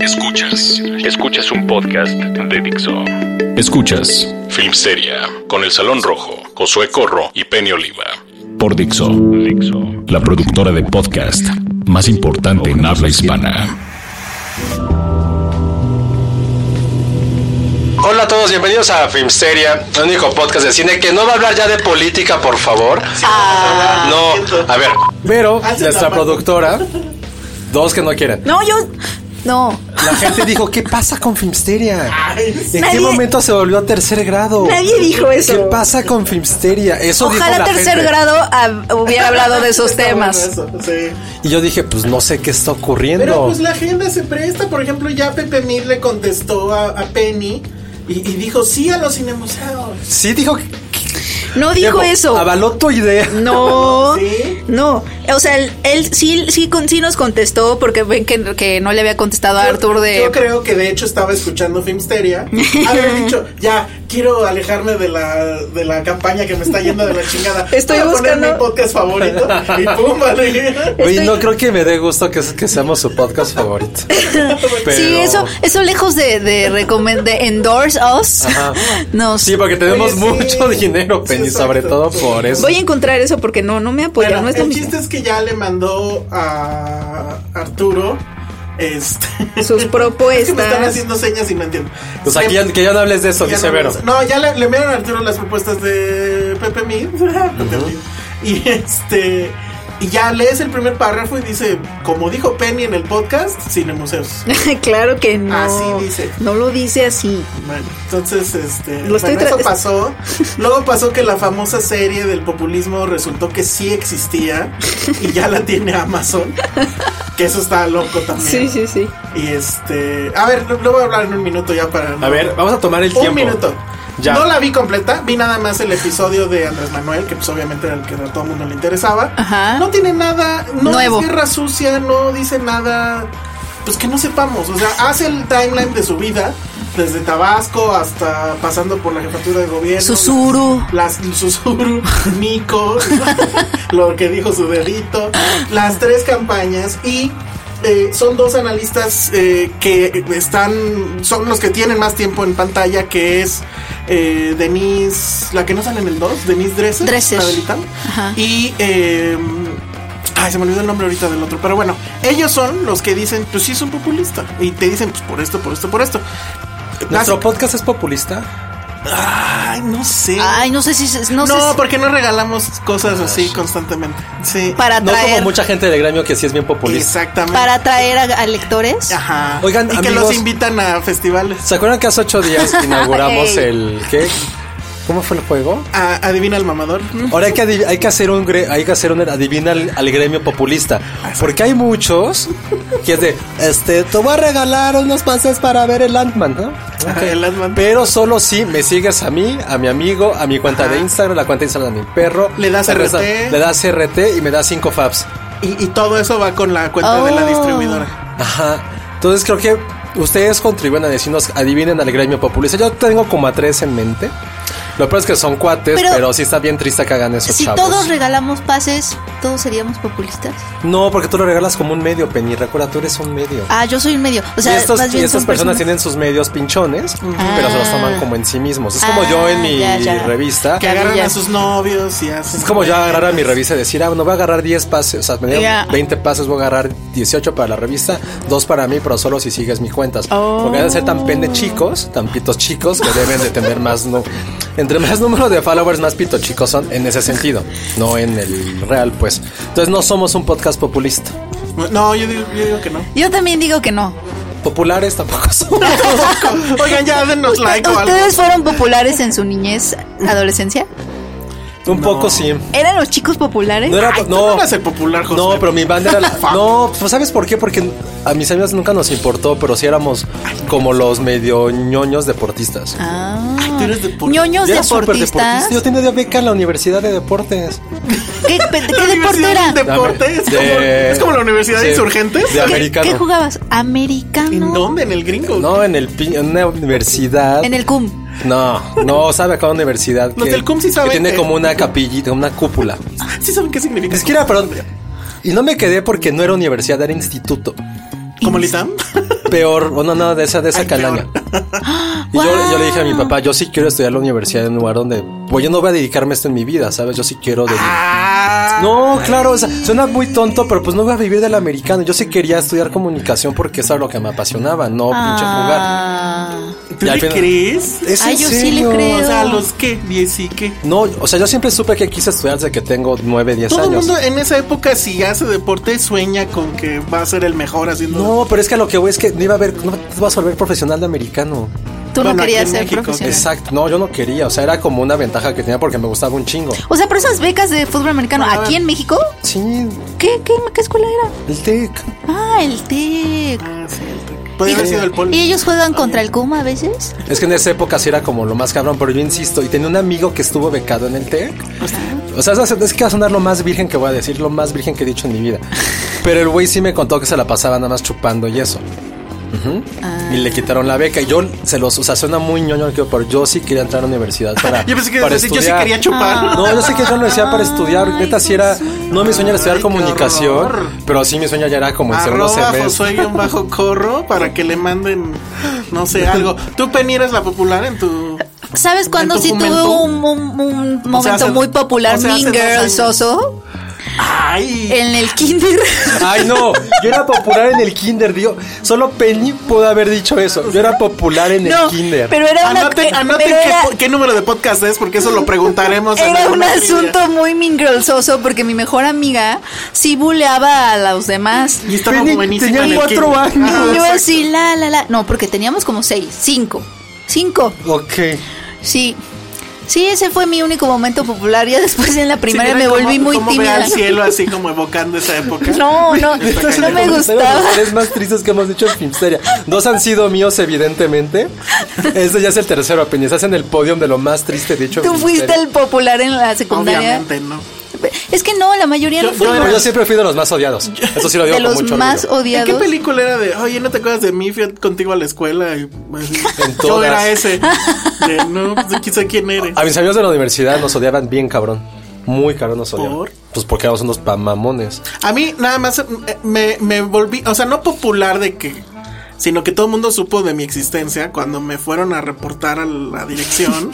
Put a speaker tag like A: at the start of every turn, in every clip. A: Escuchas, escuchas un podcast de Dixo. Escuchas Film Seria con El Salón Rojo, Josué Corro y Penny Oliva. Por Dixo, la productora de podcast más importante en habla hispana.
B: Hola a todos, bienvenidos a Filmsteria, el único podcast de cine que no va a hablar ya de política, por favor. no, a ver. Pero nuestra productora, dos que no quieren.
C: No, yo. No,
B: La gente dijo, ¿qué pasa con Filmsteria? ¿En qué
C: Nadie-
B: momento se volvió a tercer grado?
C: nadie dijo
B: ¿Qué
C: eso.
B: pasa con Filmsteria? Eso dijo
C: Ojalá
B: la
C: tercer
B: gente.
C: grado hab- hubiera hablado de esos temas.
B: Y yo dije, pues no sé qué está ocurriendo.
D: Pero pues la agenda se presta, por ejemplo, ya Pepe Mir le contestó a, a Penny y, y dijo sí a los cinemuseos.
B: Sí dijo,
C: No dijo eso.
B: Avaló tu idea.
C: No,
D: ¿Sí?
C: no. O sea, él, él sí, sí, con, sí nos contestó porque ven que, que no le había contestado a Arthur de.
D: Yo creo que de hecho estaba escuchando Filmsteria. Haber dicho, ya, quiero alejarme de la, de la campaña que me está yendo de la chingada.
C: Estoy
D: Voy a poner
C: buscando-
D: mi podcast favorito y pum, vale.
B: Oye,
C: Estoy-
B: no creo que me dé gusto que, que seamos su podcast favorito.
C: Sí,
B: Pero-
C: eso, eso lejos de, de, recomen- de endorse us.
B: Ajá.
C: No
B: Sí, porque tenemos
D: Oye, sí.
B: mucho dinero,
D: Sí,
B: Penny,
D: exacto.
B: sobre todo por eso.
C: Voy a encontrar eso porque no, no me apoya.
D: Bueno,
C: No es lo
D: el
C: mismo.
D: chiste es que ya le mandó a Arturo este
C: Sus
D: es que me están
C: propuestas.
D: haciendo señas y no entiendo. Em,
B: Pues aquí ya, que ya no hables de eso,
D: Ya
B: dice
D: no
B: Vero.
D: hablamos. No, ya le, le enviaron a Arturo las propuestas de Pepe Mid. Pepe Mid. Y este. Y ya lees el primer párrafo y dice, como dijo Penny en el podcast, cine museos.
C: claro que no.
D: Así dice.
C: No lo dice así.
D: Bueno, entonces, este.
C: Lo estoy
D: bueno, eso
C: tra-
D: pasó. Luego pasó que la famosa serie del populismo resultó que sí existía y ya la tiene Amazon. Que eso está loco también.
C: Sí, sí, sí.
D: Y este. A ver, lo, lo voy a hablar en un minuto ya para. no-
B: A ver, vamos a tomar el
D: un
B: tiempo.
D: minuto.
B: Ya.
D: No la vi completa, vi nada más el episodio de Andrés Manuel, que pues obviamente era el que a todo el mundo le interesaba.
C: Ajá.
D: No tiene nada, no
C: Nuevo.
D: es guerra sucia, no dice nada, pues que no sepamos. O sea, hace el timeline de su vida, desde Tabasco hasta pasando por la jefatura de gobierno.
C: Susuru.
D: Las Susuru, Nico, lo que dijo su dedito, las tres campañas y eh, son dos analistas eh, que están, son los que tienen más tiempo en pantalla, que es eh, Denise, la que no sale en el 2, Denise Dresser,
C: Dresser.
D: la del ITAM,
C: Ajá.
D: y... eh, Ay, se me olvidó el nombre ahorita del otro. Pero bueno, ellos son los que dicen, pues sí, es un populista. Y te dicen, pues por esto, por esto, por esto.
B: ¿Nuestro podcast es populista?
D: Ay, no sé.
C: Ay, no sé si. se- No,
D: No,
C: sé si-
D: porque no regalamos cosas así constantemente. Sí.
C: para
B: No
C: atraer,
B: como mucha gente de gremio que sí es bien populista.
D: Exactamente.
C: para atraer a, a lectores.
D: Ajá.
B: Oigan,
D: y que
B: amigos-
D: los invitan a festivales.
B: ¿Se acuerdan que hace ocho días inauguramos
C: Ey.
B: el... ¿Qué? ¿Cómo fue el juego?
D: A- adivina el mamador.
B: Ahora hay que, adiv- hay que hacer un gre- hay que hacer un adivina al, al gremio populista. Porque hay muchos que es de, este, te voy a regalar unos pases para ver el Landman, ¿no? Ok.
D: El Ant-Man.
B: Pero solo si me sigues a mí, a mi amigo, a mi cuenta de Instagram, la cuenta de Instagram de mi perro.
D: Le das
B: La
D: RT.
B: cuenta- Le das RT y me das 5 fabs.
D: Y, y todo eso va con la cuenta de la
C: Oh.
D: distribuidora.
B: Ajá. Entonces creo que ustedes contribuyen a decirnos, adivinen al gremio populista. Yo tengo como a tres en mente. Lo peor es que son cuates, pero,
C: Pero-
B: sí está bien triste que hagan eso,
C: Si
B: chavos.
C: todos regalamos pases, todos seríamos populistas?
B: No, porque tú lo regalas como un medio, Penny. Recuerda, tú eres un medio.
C: Ah, yo soy un medio. O sea,
B: y estos-
C: más
B: y
C: bien
B: estas
C: son
B: personas, tienen sus medios pinchones, pero se los toman como en sí mismos. Es como yo en mi
C: Ah, ya, ya.
B: revista.
D: Que
C: Ya,
D: agarran
C: ya.
D: a sus novios y hacen.
B: Es como yo agarrar a mi revista y decir, ah, bueno, voy a agarrar 10 pases, o sea, me dieron
C: Ya.
B: 20 pases, voy a agarrar 18 para la revista, 2 para mí, pero solo si sigues mi cuentas. Porque deben ser tan pene chicos, tan pitos chicos, que deben de tener más, no, entre más número de followers, más pitos chicos son en ese sentido, no en el real, pues. Entonces no somos un podcast populista.
D: Pues, No, yo digo, yo digo que no.
C: Yo también digo que no.
B: Populares tampoco somos.
D: Oigan, ya denos like o algo.
C: ¿Ustedes fueron populares en su niñez, adolescencia?
B: un poco sí.
C: ¿Eran los chicos populares?
B: No era,
D: Ay, tú
B: no.
D: no eras el popular, José.
B: No, pero mi banda era la. No, pues ¿sabes por qué? Porque a mis amigos nunca nos importó, pero sí éramos como los medio ñoños deportistas.
C: Ah.
D: Tú eres de por-
C: Ñoños
B: Yo era súper
C: deportistas.
B: deportista. Yo tenía de beca en la Universidad de Deportes.
C: ¿Qué, pe- qué
D: ¿La
C: deporte
D: Universidad
C: era?
D: del Deporte, es,
B: De-
D: como, es como la Universidad de
B: sí,
D: Insurgentes.
B: de
D: Ay,
C: ¿Qué,
B: americano.
C: qué jugabas?
D: ¿En
C: Americano.
D: dónde? ¿En el gringo?
B: No, en el pi- en una universidad.
C: En el CUM.
B: No, no sabe acá una universidad.
D: Los del CUM sí saben
B: Que tiene
D: que-
B: como una capillita, una cúpula.
D: ¿Sí saben qué significa?
B: Es que era, perdón. Y no me quedé porque no era universidad, era instituto.
D: ¿Como el ITAM?
B: Peor, bueno, no, de esa, de esa
D: Ay,
B: calaña. Y yo, yo le dije a mi papá, yo sí quiero estudiar en la universidad en un lugar donde, pues yo no voy a dedicarme a esto en mi vida, ¿sabes? Yo sí quiero dedicarme. No, claro, o sea, suena muy tonto, pero pues no voy a vivir del americano. Yo sí quería estudiar comunicación porque eso era lo que me apasionaba, no pinche jugar.
C: Ah.
D: ¿Tú
B: Y al
D: le
B: final-
D: crees?
B: ¿Es
C: Ay,
B: en
C: yo sí le
B: serio?
C: creo.
D: O sea, ¿a los qué? ¿Diez y qué?
B: No, o sea, yo siempre supe que quise estudiar desde que tengo 9, 10
D: Todo el
B: años.
D: mundo en esa época, si hace deporte, sueña con que va a ser el mejor haciendo.
B: No, pero es que a lo que voy es que no iba a ver, no te vas a volver profesional de americano.
C: Tú no
D: Bueno, aquí
C: querías
D: en
C: ser
D: México,
C: profesional.
B: Exacto, no, yo no quería, o sea, era como una ventaja que tenía porque me gustaba un chingo.
C: O sea, por esas becas de fútbol americano, ¿aquí en México?
B: Sí,
C: ¿Qué, qué, qué escuela era?
B: el TEC.
C: Ah, el TEC.
D: Podría haber sido el Ah, poli.
C: ¿Y ellos juegan contra el CUM a veces?
B: Es que en esa época sí era como lo más cabrón, pero yo insisto, y tenía un amigo que estuvo becado en el TEC. O sea, es- es que va a sonar lo más virgen que voy a decir, lo más virgen que he dicho en mi vida. Pero el güey sí me contó que se la pasaba nada más chupando y eso. Ujú. Y le quitaron la beca. Y yo se los, o sea, suena muy ñoño, pero yo sí quería entrar a la universidad para.
D: Yo pensé que ibas
B: para
D: a decir, yo sí
B: estudiar.
D: quería
C: Ah.
D: chupar.
B: No, yo sé que yo lo decía para estudiar. Neta, sí era. No, mi sueño era estudiar
D: Ay, qué
B: comunicación,
D: horror.
B: pero sí mi sueño ya era como el segundo
D: Arroba
B: semestre.
D: Josué un bajo corro para que le manden, no sé, algo. ¿Tú, Penny, eres la popular en tu.
C: ¿Sabes cuándo
D: tu
C: sí
D: juventud?
C: tuvo un, un- un momento
D: hace-
C: muy popular
D: o sea, hace
C: Mean
D: dos
C: Girls
D: años.
C: Oso?
D: Ay.
C: En el kinder.
B: Ay, no, yo era popular en el kinder, digo, solo Penny pudo haber dicho eso. Yo era popular en
C: no,
B: el kinder.
C: pero era una...
D: Anoten,
C: eh,
D: anoten
C: pero
D: qué,
C: era-
D: po- qué número de podcast es, porque eso lo preguntaremos. en
C: Era un
D: alguna trivia.
C: asunto muy mingrolsoso porque mi mejor amiga sí buleaba a los demás.
D: Y estaba
B: Penny
D: buenísimo.
B: tenía
D: en el
B: cuatro
D: kinder.
B: años.
D: Ah,
C: Y yo
D: exacto.
C: así, la, la, la. No, porque teníamos como seis, cinco. Cinco,
B: Ok.
C: sí. Sí, ese fue mi único momento popular. Ya después en la
D: Sí,
C: primaria
D: mira
C: me volví
D: cómo-
C: muy
D: cómo ve
C: tímida.
D: al cielo así como evocando esa época.
C: No, no, no me gustaba.
B: Los tres más tristes que hemos dicho en Filmsteria. Dos han sido míos, evidentemente. Este ya es el tercero, Penny. Estás en el podium de lo más triste dicho. en
C: Tú fuiste
B: Filmsteria.
C: el popular en la secundaria.
D: Obviamente no.
C: Es que no, la mayoría no
D: Yo- yo
C: fuimos
D: era-
B: Pero yo siempre fui de los más odiados. Eso sí lo digo
C: de
B: con
C: los
B: mucho
C: más
B: orgullo.
D: ¿En qué
C: odiados.
D: película era de, oye, no te acuerdas de mí? Fui a- contigo a la escuela. Y, así. Yo
B: todas.
D: era ese. De, no, pues, quién sabe quién eres.
B: A mis amigos de la universidad nos odiaban bien cabrón. Muy cabrón nos odiaban.
D: ¿Por?
B: Pues porque éramos unos pamamones.
D: A mí nada más eh, me, me volví, o sea, no popular de que, sino que todo el mundo supo de mi existencia cuando me fueron a reportar a la dirección,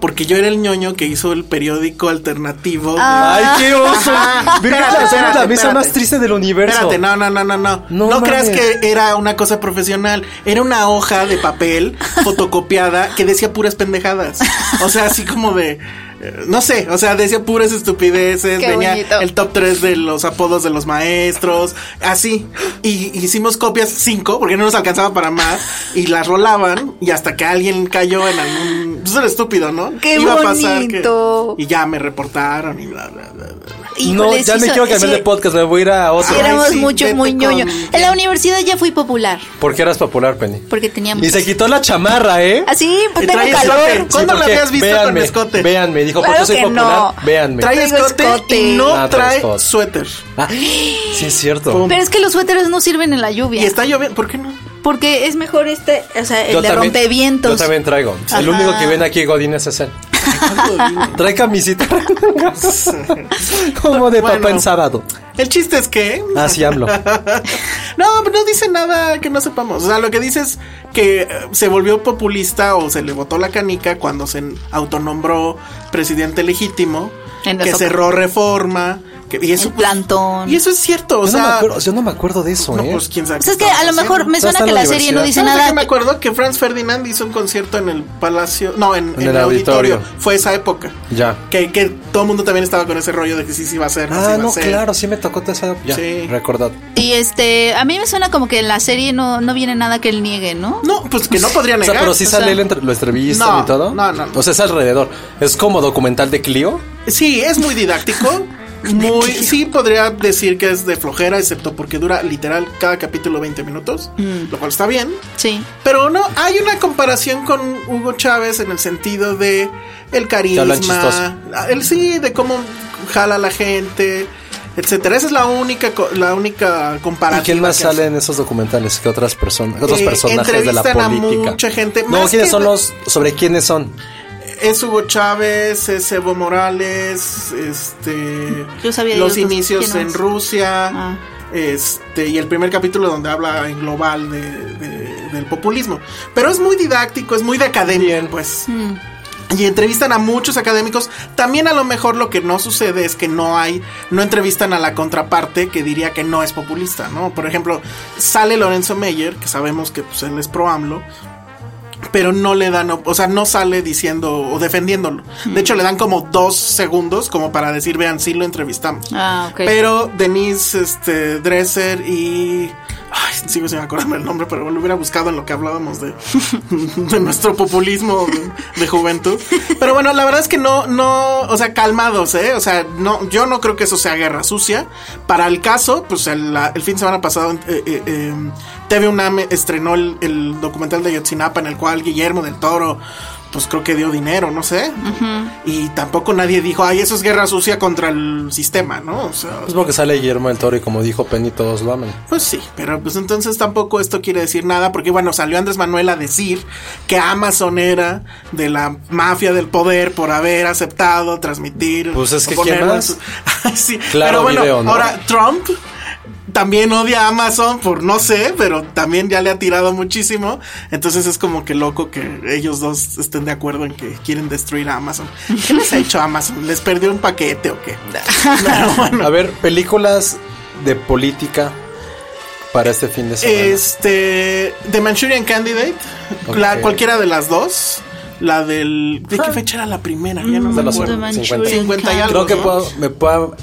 D: porque yo era el ñoño que hizo el periódico alternativo. de-
B: ¡Ay, qué oso!
D: Ajá.
B: Virgen,
D: Espérate,
B: hacemos la
D: espérate,
B: misa
D: espérate.
B: más triste del universo.
D: Espérate, no, no, no, no, no.
B: No
D: No,
B: mames.
D: creas que era una cosa profesional. Era una hoja de papel fotocopiada que decía puras pendejadas. O sea, así como de. eh, No sé, o sea, decía puras estupideces,
C: Qué
D: venía
C: bonito.
D: el top 3 de los apodos de los maestros, así. Y hicimos copias 5 porque no nos alcanzaba para más y las rolaban y hasta que alguien cayó en algún... Eso era estúpido, ¿no?
C: Qué bonito.
D: y ya me reportaron y bla, bla, bla, bla.
B: no,
C: Híjole,
B: ya
C: sí
B: me
C: so-
B: quiero cambiar
C: sí,
B: de podcast, me voy a ir a otro.
C: sí
D: Ay,
C: éramos
D: sí,
C: muchos
D: vete
C: muy
D: con-
C: ñoño. En la universidad ya fui popular
B: ¿Por qué eras popular, Penny?
C: porque teníamos.
B: Y se quitó la chamarra, ¿eh?
C: Así,
D: Y
C: pues tengo
D: trae
C: calor.
D: escote. ¿Cuándo
B: ¿por
D: la
B: qué?
D: habías visto con
B: Véanme,
D: escote?
B: Véanme, dijo,
C: Claro
B: porque soy
C: que
B: popular,
C: no.
B: véanme.
D: Trae
C: Traigo
D: escote,
C: escote.
D: y no
B: Ah, traes
D: trae
B: escote.
D: suéter.
B: Ah, sí, es cierto.
C: Pero es que los suéteres no sirven en la lluvia.
D: Y está lloviendo, ¿por qué no?
C: Porque es mejor este, o sea, el de
B: también-
C: rompevientos.
B: Yo también traigo. El único que viene aquí, Godín, es ese. Trae camisita como de papá
D: Bueno.
B: en sábado. Ah,
D: El chiste es que.
B: Así hablo.
D: No, pero no dice nada que no sepamos. O sea, lo que dice es que eh, se volvió populista o se le botó la canica cuando se autonombró presidente legítimo,
C: En la
D: que
C: sopa.
D: cerró reforma. Que, y eso,
C: El
D: pues,
C: plantón.
D: Y eso es cierto. O
B: Yo Pues no, me
D: sea,
B: acuerdo, yo no me acuerdo de eso,
D: no,
B: ¿eh?
D: pues, quién sabe
C: Pues
D: qué
C: es que
D: estaba
C: a lo
D: haciendo.
C: mejor me
B: Está
C: suena
B: en
C: que
B: la
C: la serie no
B: universidad.
D: ¿Sabes
C: dice
D: de
C: nada.
D: qué me acuerdo que Franz Ferdinand hizo un concierto en el Palacio, no, en, en el, auditorio. Fue esa época.
B: Ya.
D: Que, que todo el mundo también estaba con ese rollo de que sí, sí va a ser. sí
B: Ah,
D: va
B: no,
D: a ser.
B: claro, sí me tocó toda esa. Ya,
D: Sí.
B: recordad.
C: Y este, a mí me suena como que en la serie no, no viene nada que él niegue, ¿no?
D: No, pues que no podría
B: O
D: negar.
B: sea, pero sí
D: O
B: sale
D: sea,
B: él, entre- lo entrevistan
D: No,
B: y todo.
D: no, no, no.
B: O sea, es alrededor. Es como documental de Clio.
D: Sí, es muy didáctico. Muy, sí, podría decir que es de flojera, excepto porque dura literal cada capítulo 20 minutos, lo cual está bien.
C: Sí.
D: Pero no, hay una comparación con Hugo Chávez en el sentido de el
B: hablan
D: carisma,
B: chistoso.
D: el sí, de cómo jala a la gente, etcétera. Esa es la única, co- la única
B: ¿Y
D: comparación.
B: quién más sale en esos documentales? ¿Qué otras personas? Otros
D: Eh,
B: personajes de la
D: entrevistan a
B: política.
D: mucha gente,
B: No,
D: más
B: ¿quiénes
D: que-
B: son los? ¿Sobre quiénes son?
D: Es Hugo Chávez, es Evo Morales, este,
C: Yo sabía de
D: los
C: ellos dos.
D: inicios
C: ¿Quién
D: en
C: más?
D: Rusia,
C: Ah.
D: este, y el primer capítulo donde habla en global de- de- del populismo. Pero es muy didáctico, es muy de academia, pues. Y entrevistan a muchos académicos. También a lo mejor lo que no sucede es que no hay, no entrevistan a la contraparte que diría que no es populista, ¿no? Por ejemplo, sale Lorenzo Meyer, que sabemos que pues, él es pro AMLO, pero no le dan, op- o sea, no sale diciendo o defendiéndolo. De hecho, le dan como dos segundos como para decir, vean, sí lo entrevistamos.
C: Ah, ok.
D: Pero Denise este, Dresser y... Ay, sigo sin acordarme el nombre, pero lo hubiera buscado en lo que hablábamos de, de nuestro populismo de, de juventud. Pero bueno, la verdad es que no, no, o sea, calmados, ¿eh? O sea, no, yo no creo que eso sea guerra sucia. Para el caso, pues el, la- el fin de semana pasado eh, eh, eh, TV UNAM estrenó el, el documental de Yotzinapa en el cual Guillermo del Toro... Pues creo que dio dinero, no sé. Y tampoco nadie dijo, ay, eso es guerra sucia contra el sistema, ¿no? O sea,
B: Es porque sale Guillermo del Toro y como dijo Penny, todos lo aman.
D: pues sí, pero pues entonces tampoco esto quiere decir nada, porque bueno, salió Andrés Manuel a decir que Amazon era de la mafia del poder por haber aceptado transmitir.
B: Pues es que
D: o ponerlo
B: ¿quién
D: en
B: más?
D: su- Ay, sí,
B: Claro
D: pero bueno,
B: Video, ¿no?
D: ahora Trump también odia a Amazon por no sé, pero también ya le ha tirado muchísimo. Entonces es como que loco que ellos dos estén de acuerdo en que quieren destruir a Amazon. ¿Qué les ha hecho Amazon? ¿Les perdió un paquete o qué? Pero bueno.
B: A ver, películas de política para este fin de semana.
D: Este. The Manchurian Candidate.
B: Ok.
D: La, cualquiera de las dos. La del. ¿De
C: Ah.
D: qué fecha era la primera? Ya
C: Mm,
D: no
B: De
D: me
B: los
D: acuerdo.
B: 50.
D: 50 y algo.
B: Creo que
D: ¿no? ¿Mm?
B: puedo- me puedo.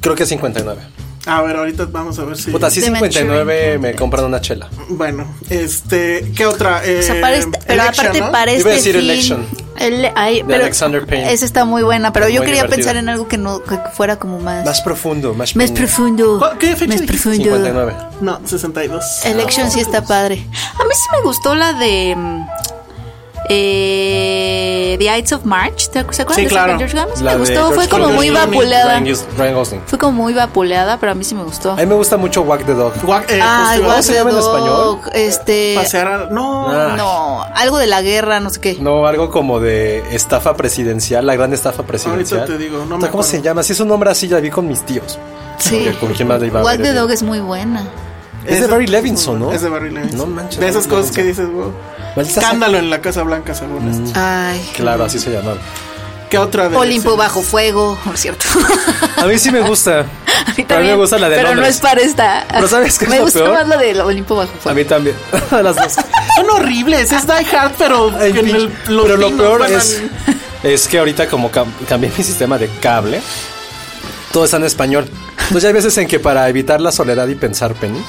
B: Creo que 59.
D: A ver, ahorita vamos a ver si.
B: Puta, si
C: The
B: 59 me compran una chela.
D: Bueno, este. ¿Qué otra?
C: O sea,
D: Eh,
C: para este- pero
D: Election,
C: aparte
D: ¿no?
C: para
B: Iba
C: este
B: a decir
C: fin,
B: Election.
C: el- ay,
B: De
C: pero
B: Alexander Payne.
C: Esa está muy buena, pero yo
B: Muy
C: quería
B: divertida.
C: pensar en algo que no que fuera como más
B: Más profundo, más,
C: más profundo.
D: ¿Cuál- qué fecha
C: Más
D: dijiste?
C: profundo.
B: 59.
D: No, 62.
C: Election sí está padre. A mí sí me gustó la de mm, eh, The Ides of March, ¿te acu- se acuerdan
D: Sí,
C: de esa
D: claro.
C: con George Gams? me
B: La de
C: gustó, fue
B: George
C: como
B: Clooney.
C: muy vapuleada.
B: Ryan Gos- Ryan Gosling.
C: Fue como muy vapuleada, pero a mí sí me gustó.
B: A mí me gusta mucho Wack the Dog.
D: Gua- eh,
C: Ah,
D: justo iba a
C: igual
B: se llama en
C: Dog,
B: español?
C: Este
D: Pasear a- No.
B: Ah.
C: no, algo de la guerra, no sé qué.
B: No, algo como de estafa presidencial, la gran estafa presidencial.
D: Ahorita te digo, no me
B: Puta, ¿Cómo
D: acuerdo.
B: se llama? Si es un nombre así, ya vi con mis tíos.
C: Sí.
B: Porque ¿Con quién más le iba a
C: Walk
B: ver?
C: the Dog es muy buena.
B: Es de Barry Levinson, ¿no?
D: Es de Barry Levinson.
B: No manches.
D: De esas
B: Barry
D: cosas que dices, wow.
B: Maldita
D: Escándalo en la Casa Blanca, según
B: Mm.
D: esto.
C: Ay.
B: Claro, así se llamaba.
D: ¿Qué otra de
C: Olimpo
D: Election?
C: bajo fuego, por cierto.
B: A mí sí me gusta.
C: A mí
B: me gusta la de
C: Pero no
B: Londres.
C: es para esta.
B: Pero ¿sabes qué es
C: Me
B: lo
C: gusta
B: peor?
C: más la de Olimpo bajo
B: A
C: fuego.
B: mí también. Las dos.
D: Son horribles, es Die Hard, pero
B: Ay,
D: en
B: pinche-
D: el- los
B: Pero lo
D: pinos,
B: peor
D: bueno,
B: es, es que ahorita como cam- cambié mi sistema de cable, todo está en español. Entonces hay veces en que para evitar la soledad y pensar, Penny,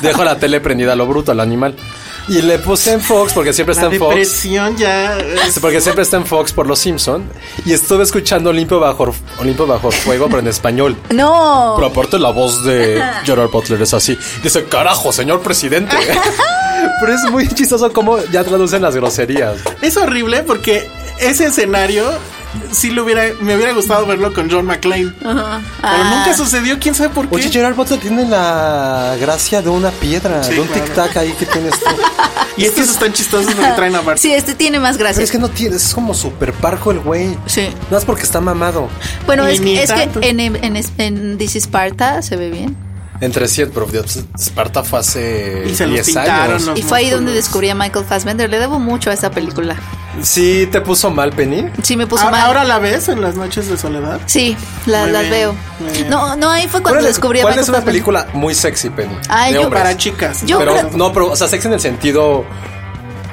B: dejo la tele prendida a lo bruto, al animal. Y le puse en Fox, porque siempre está
D: La
B: en Fox.
D: depresión ya. es-
B: Porque siempre está en Fox por Los Simpson y estuve escuchando Olimpo bajo Olimpo bajo fuego pero en español.
C: No.
B: Pero aparte la voz de Gerard Butler es así. Dice, "Carajo, señor presidente." pero es muy chistoso cómo ya traducen las groserías.
D: Es horrible porque ese escenario sí lo hubiera, me hubiera gustado verlo con John McClane. Pero
C: Ah.
D: nunca sucedió, quién sabe por qué.
B: Oye, Gerard Butler tiene la gracia de una piedra,
D: Sí,
B: de un
D: claro.
B: tic-tac ahí que tienes tú.
D: y estos están chistosos donde traen a Bart.
C: Sí, este tiene más
B: Pero
C: gracia.
B: es que no tiene, es como super parco el güey.
C: Sí.
B: Nada más porque está mamado.
C: Bueno,
D: Ni-
C: es,
D: ni
C: es que
D: tanto.
C: en, en, en This Sparta se ve bien.
B: Entre 100, pero Dios, Esparta fue hace
D: Y se los
B: 10
D: pintaron.
B: años.
D: los
C: Y fue ahí donde
D: músculos.
C: descubrí a Michael Fassbender. Le debo mucho a esa película.
B: Sí, te puso mal, Penny.
C: Sí, me puso
D: ahora,
C: mal.
D: ahora la ves en las noches de soledad.
C: Sí, la-
D: Muy
C: las
D: bien,
C: veo.
D: muy bien.
C: No, no, ahí fue cuando
B: ¿Cuál es-
C: descubrí a
B: cuál
C: Michael
B: es una
C: Fassbender.
B: película muy sexy, Penny?
C: Ay,
B: de
C: yo-
B: hombres.
D: Para chicas.
C: Yo
B: pero,
C: creo-
B: No, pero, o sea, sexy en el sentido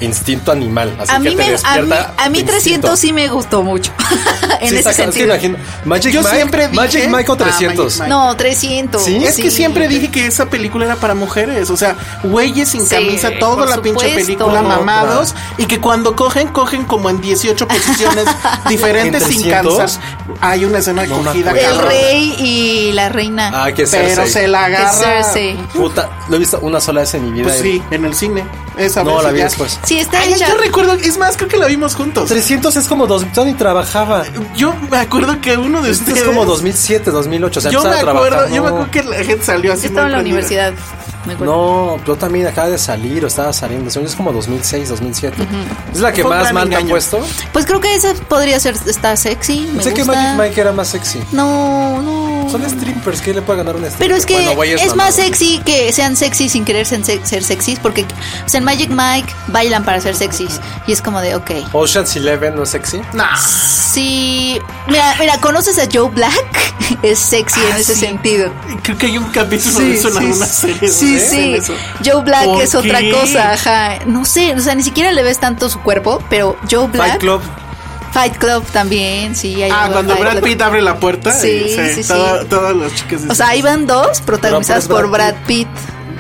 B: instinto animal. Así
C: A
B: que
C: mí,
B: te
C: me, a mí,
B: despierta
C: a mí
B: instinto.
C: 300 sí me gustó mucho. en
B: Sí,
C: ese
B: saca- sí,
C: sentido.
B: imagino. Magic
D: Yo
B: Mike,
D: siempre dije-
B: Magic Mike o
D: Ah,
B: 300.
D: Magic Mike.
C: No, 300.
B: Sí,
D: Es que siempre dije que esa película era para mujeres, o sea, güeyes sin
C: Sí,
D: camisa, toda
C: por
D: la pinche
C: supuesto.
D: película, mamados, y que cuando cogen, cogen como en 18 posiciones diferentes
B: ¿En
D: sin
B: 300?
D: cansar. Hay una escena de
B: No me
D: cogida,
B: acuerdo.
C: El
D: cabrón,
C: rey y la reina.
B: Ah, que
D: pero
B: Cersei.
D: se la
C: Que
D: agarra.
C: Cersei.
B: Puta, lo he visto una sola vez en mi vida. eh.
D: Pues sí, en el cine. Esa
B: No,
D: vez
B: la
D: y
B: vi
D: ya.
B: después.
C: Sí, está
D: Ay,
C: hecha.
D: yo recuerdo, es más, creo que la vimos juntos.
B: 300 es como dos, Tony trabajaba.
D: Yo me acuerdo que uno de
B: Esto
D: ustedes.
B: Este es como 2007, 2008. O sea,
D: Yo me
B: empezaba a
D: acuerdo,
B: trabajar,
D: yo me
B: no.
D: acuerdo que la gente salió así.
C: Yo estaba
D: muy
C: en la
D: prendida.
C: universidad. Me acuerdo.
B: No, yo también acaba de salir o estaba saliendo. según yo Es como 2006, 2007. Es la que
D: Fue un
B: más
D: gran
B: mal te han
D: engaño.
B: puesto.
C: Pues creo que esa podría ser. Está sexy. Me
B: Sé que
C: gusta.
B: Magic Mike era más sexy.
C: No, no.
B: Son strippers, ¿qué le puede ganar un stripper?
C: Pero es que
B: Bueno, güey,
C: es,
B: mamado.
C: más sexy que sean sexy sin querer sen- ser, sexys, porque o sea, en Magic Mike bailan para ser sexys. Y es como de, ok.
B: Ocean's Eleven no es sexy.
D: Nah.
C: Sí. Mira, mira, ¿conoces a Joe Black? Es sexy en ese sentido.
D: Creo que hay un capítulo
C: Sí,
D: de eso en
C: sí,
D: alguna
C: sí,
D: serie.
C: Sí,
D: donde hacen
C: sí.
D: eso.
C: Joe Black
D: ¿Por
C: es otra
D: qué?
C: cosa, ajá. No sé, o sea, ni siquiera le ves tanto su cuerpo, pero Joe Black.
B: Fight Club.
C: Fight Club también, sí. ahí
D: Ah,
C: va
D: cuando
C: Fight
D: Brad
C: Club.
D: Pitt abre la puerta.
C: Sí,
D: y,
C: sí, sí.
D: todo- Todas las chicas.
C: O sea, ahí van dos protagonizadas
B: Pero, pero
C: por
B: es
C: Brad
B: Brad
C: Pitt.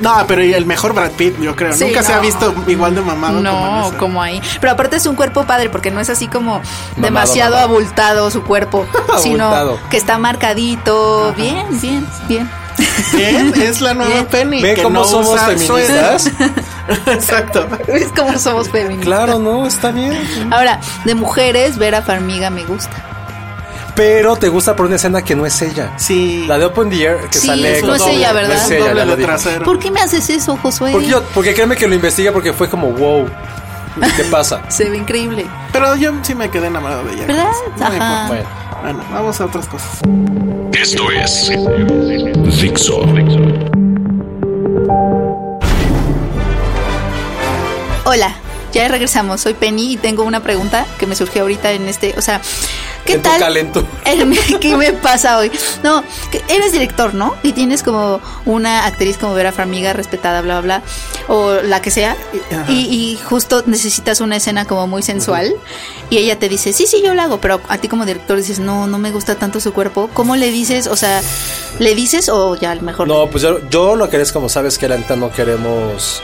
D: No, pero el mejor Brad Pitt, yo creo.
C: Sí,
D: Nunca se ha
C: no.
D: visto igual de mamado como
C: No,
D: en esa.
C: como ahí. Pero aparte es un cuerpo padre porque no es así como demasiado
B: mamado.
C: abultado su cuerpo, sino
B: Abultado.
C: que está marcadito. Bien, bien, bien.
D: Bien, es la nueva
C: Bien.
D: Penny.
B: ¿Ven
D: que
B: cómo
D: no
B: somos
D: usa
B: feministas?
D: suéter. Exacto.
C: Es como somos feministas.
B: Claro, no, está bien.
C: Ahora, de mujeres, Vera Farmiga me gusta.
B: Pero te gusta por una escena que no es ella.
D: Sí.
B: La de Open the Air que
C: Sí,
B: sale.
C: no es
B: con-
C: ella, ¿verdad?
B: Eh, No es ella,
D: Doble
B: ya
D: de
B: lo dije.
D: trasero.
C: ¿Por qué me haces eso, Josué?
B: Porque, yo, porque créeme que lo investigué porque fue como, wow, ¿qué pasa?
C: Se ve increíble.
D: Pero yo sí me quedé enamorado de ella.
C: ¿Verdad?
D: No me
C: Ajá.
B: Bueno,
D: acuerdo. Bueno, vamos a otras cosas.
A: Esto es Dixo.
C: Hola, ya regresamos. Soy Penny y tengo una pregunta que me surgió ahorita en este. O sea, ¿qué
B: En tu
C: tal?
B: calentón.
C: Herm- ¿Qué me pasa hoy? No, que eres director, ¿no? Y tienes como una actriz como Vera Farmiga, respetada, bla, bla, bla, o la que sea. Y, y justo necesitas una escena como muy sensual. Y ella te dice, sí, sí, yo la hago. Pero a ti como director dices, no, no me gusta tanto su cuerpo. ¿Cómo le dices? O sea, ¿le dices o ya a lo mejor?
B: no, pues yo, yo lo que es como sabes que la neta no queremos.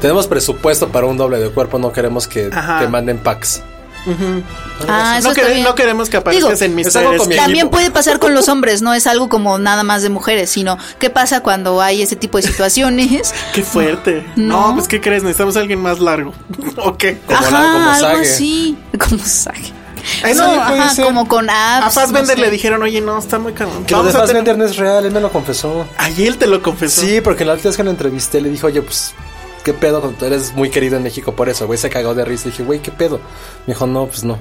B: Tenemos presupuesto para un doble de cuerpo, no queremos que
D: Ajá.
B: te manden packs.
C: Ah, eso
D: No,
C: está
D: quere-
C: bien.
D: no queremos que
C: Digo,
D: aparezcas en mis
B: es algo
D: series.
B: con mi
C: También
B: equipo.
C: puede pasar con los hombres, no es algo como nada más de mujeres, sino qué pasa cuando hay ese tipo de situaciones.
D: Qué fuerte.
C: No.
D: No. pues ¿qué crees? Necesitamos a alguien más largo. ok.
B: Como la- como
C: Ajá, Ah, algo
B: Sage.
C: así. Como Sage.
D: Eso
C: No,
D: no puede
C: ajá,
D: ser.
C: como con apps.
D: A Fassbender
C: no
D: le
C: sé.
D: dijeron, oye, no, está muy caro.
B: Que lo de Fassbender no es real, él me lo confesó.
D: Ayer te lo confesó.
B: Sí, porque la última vez que lo entrevisté le dije, oye, pues, ¿qué pedo? con- Tú eres muy querido en México por eso. El Güey, se cagó de risa. Le dije, güey, ¿qué pedo? Me dijo, no, pues no.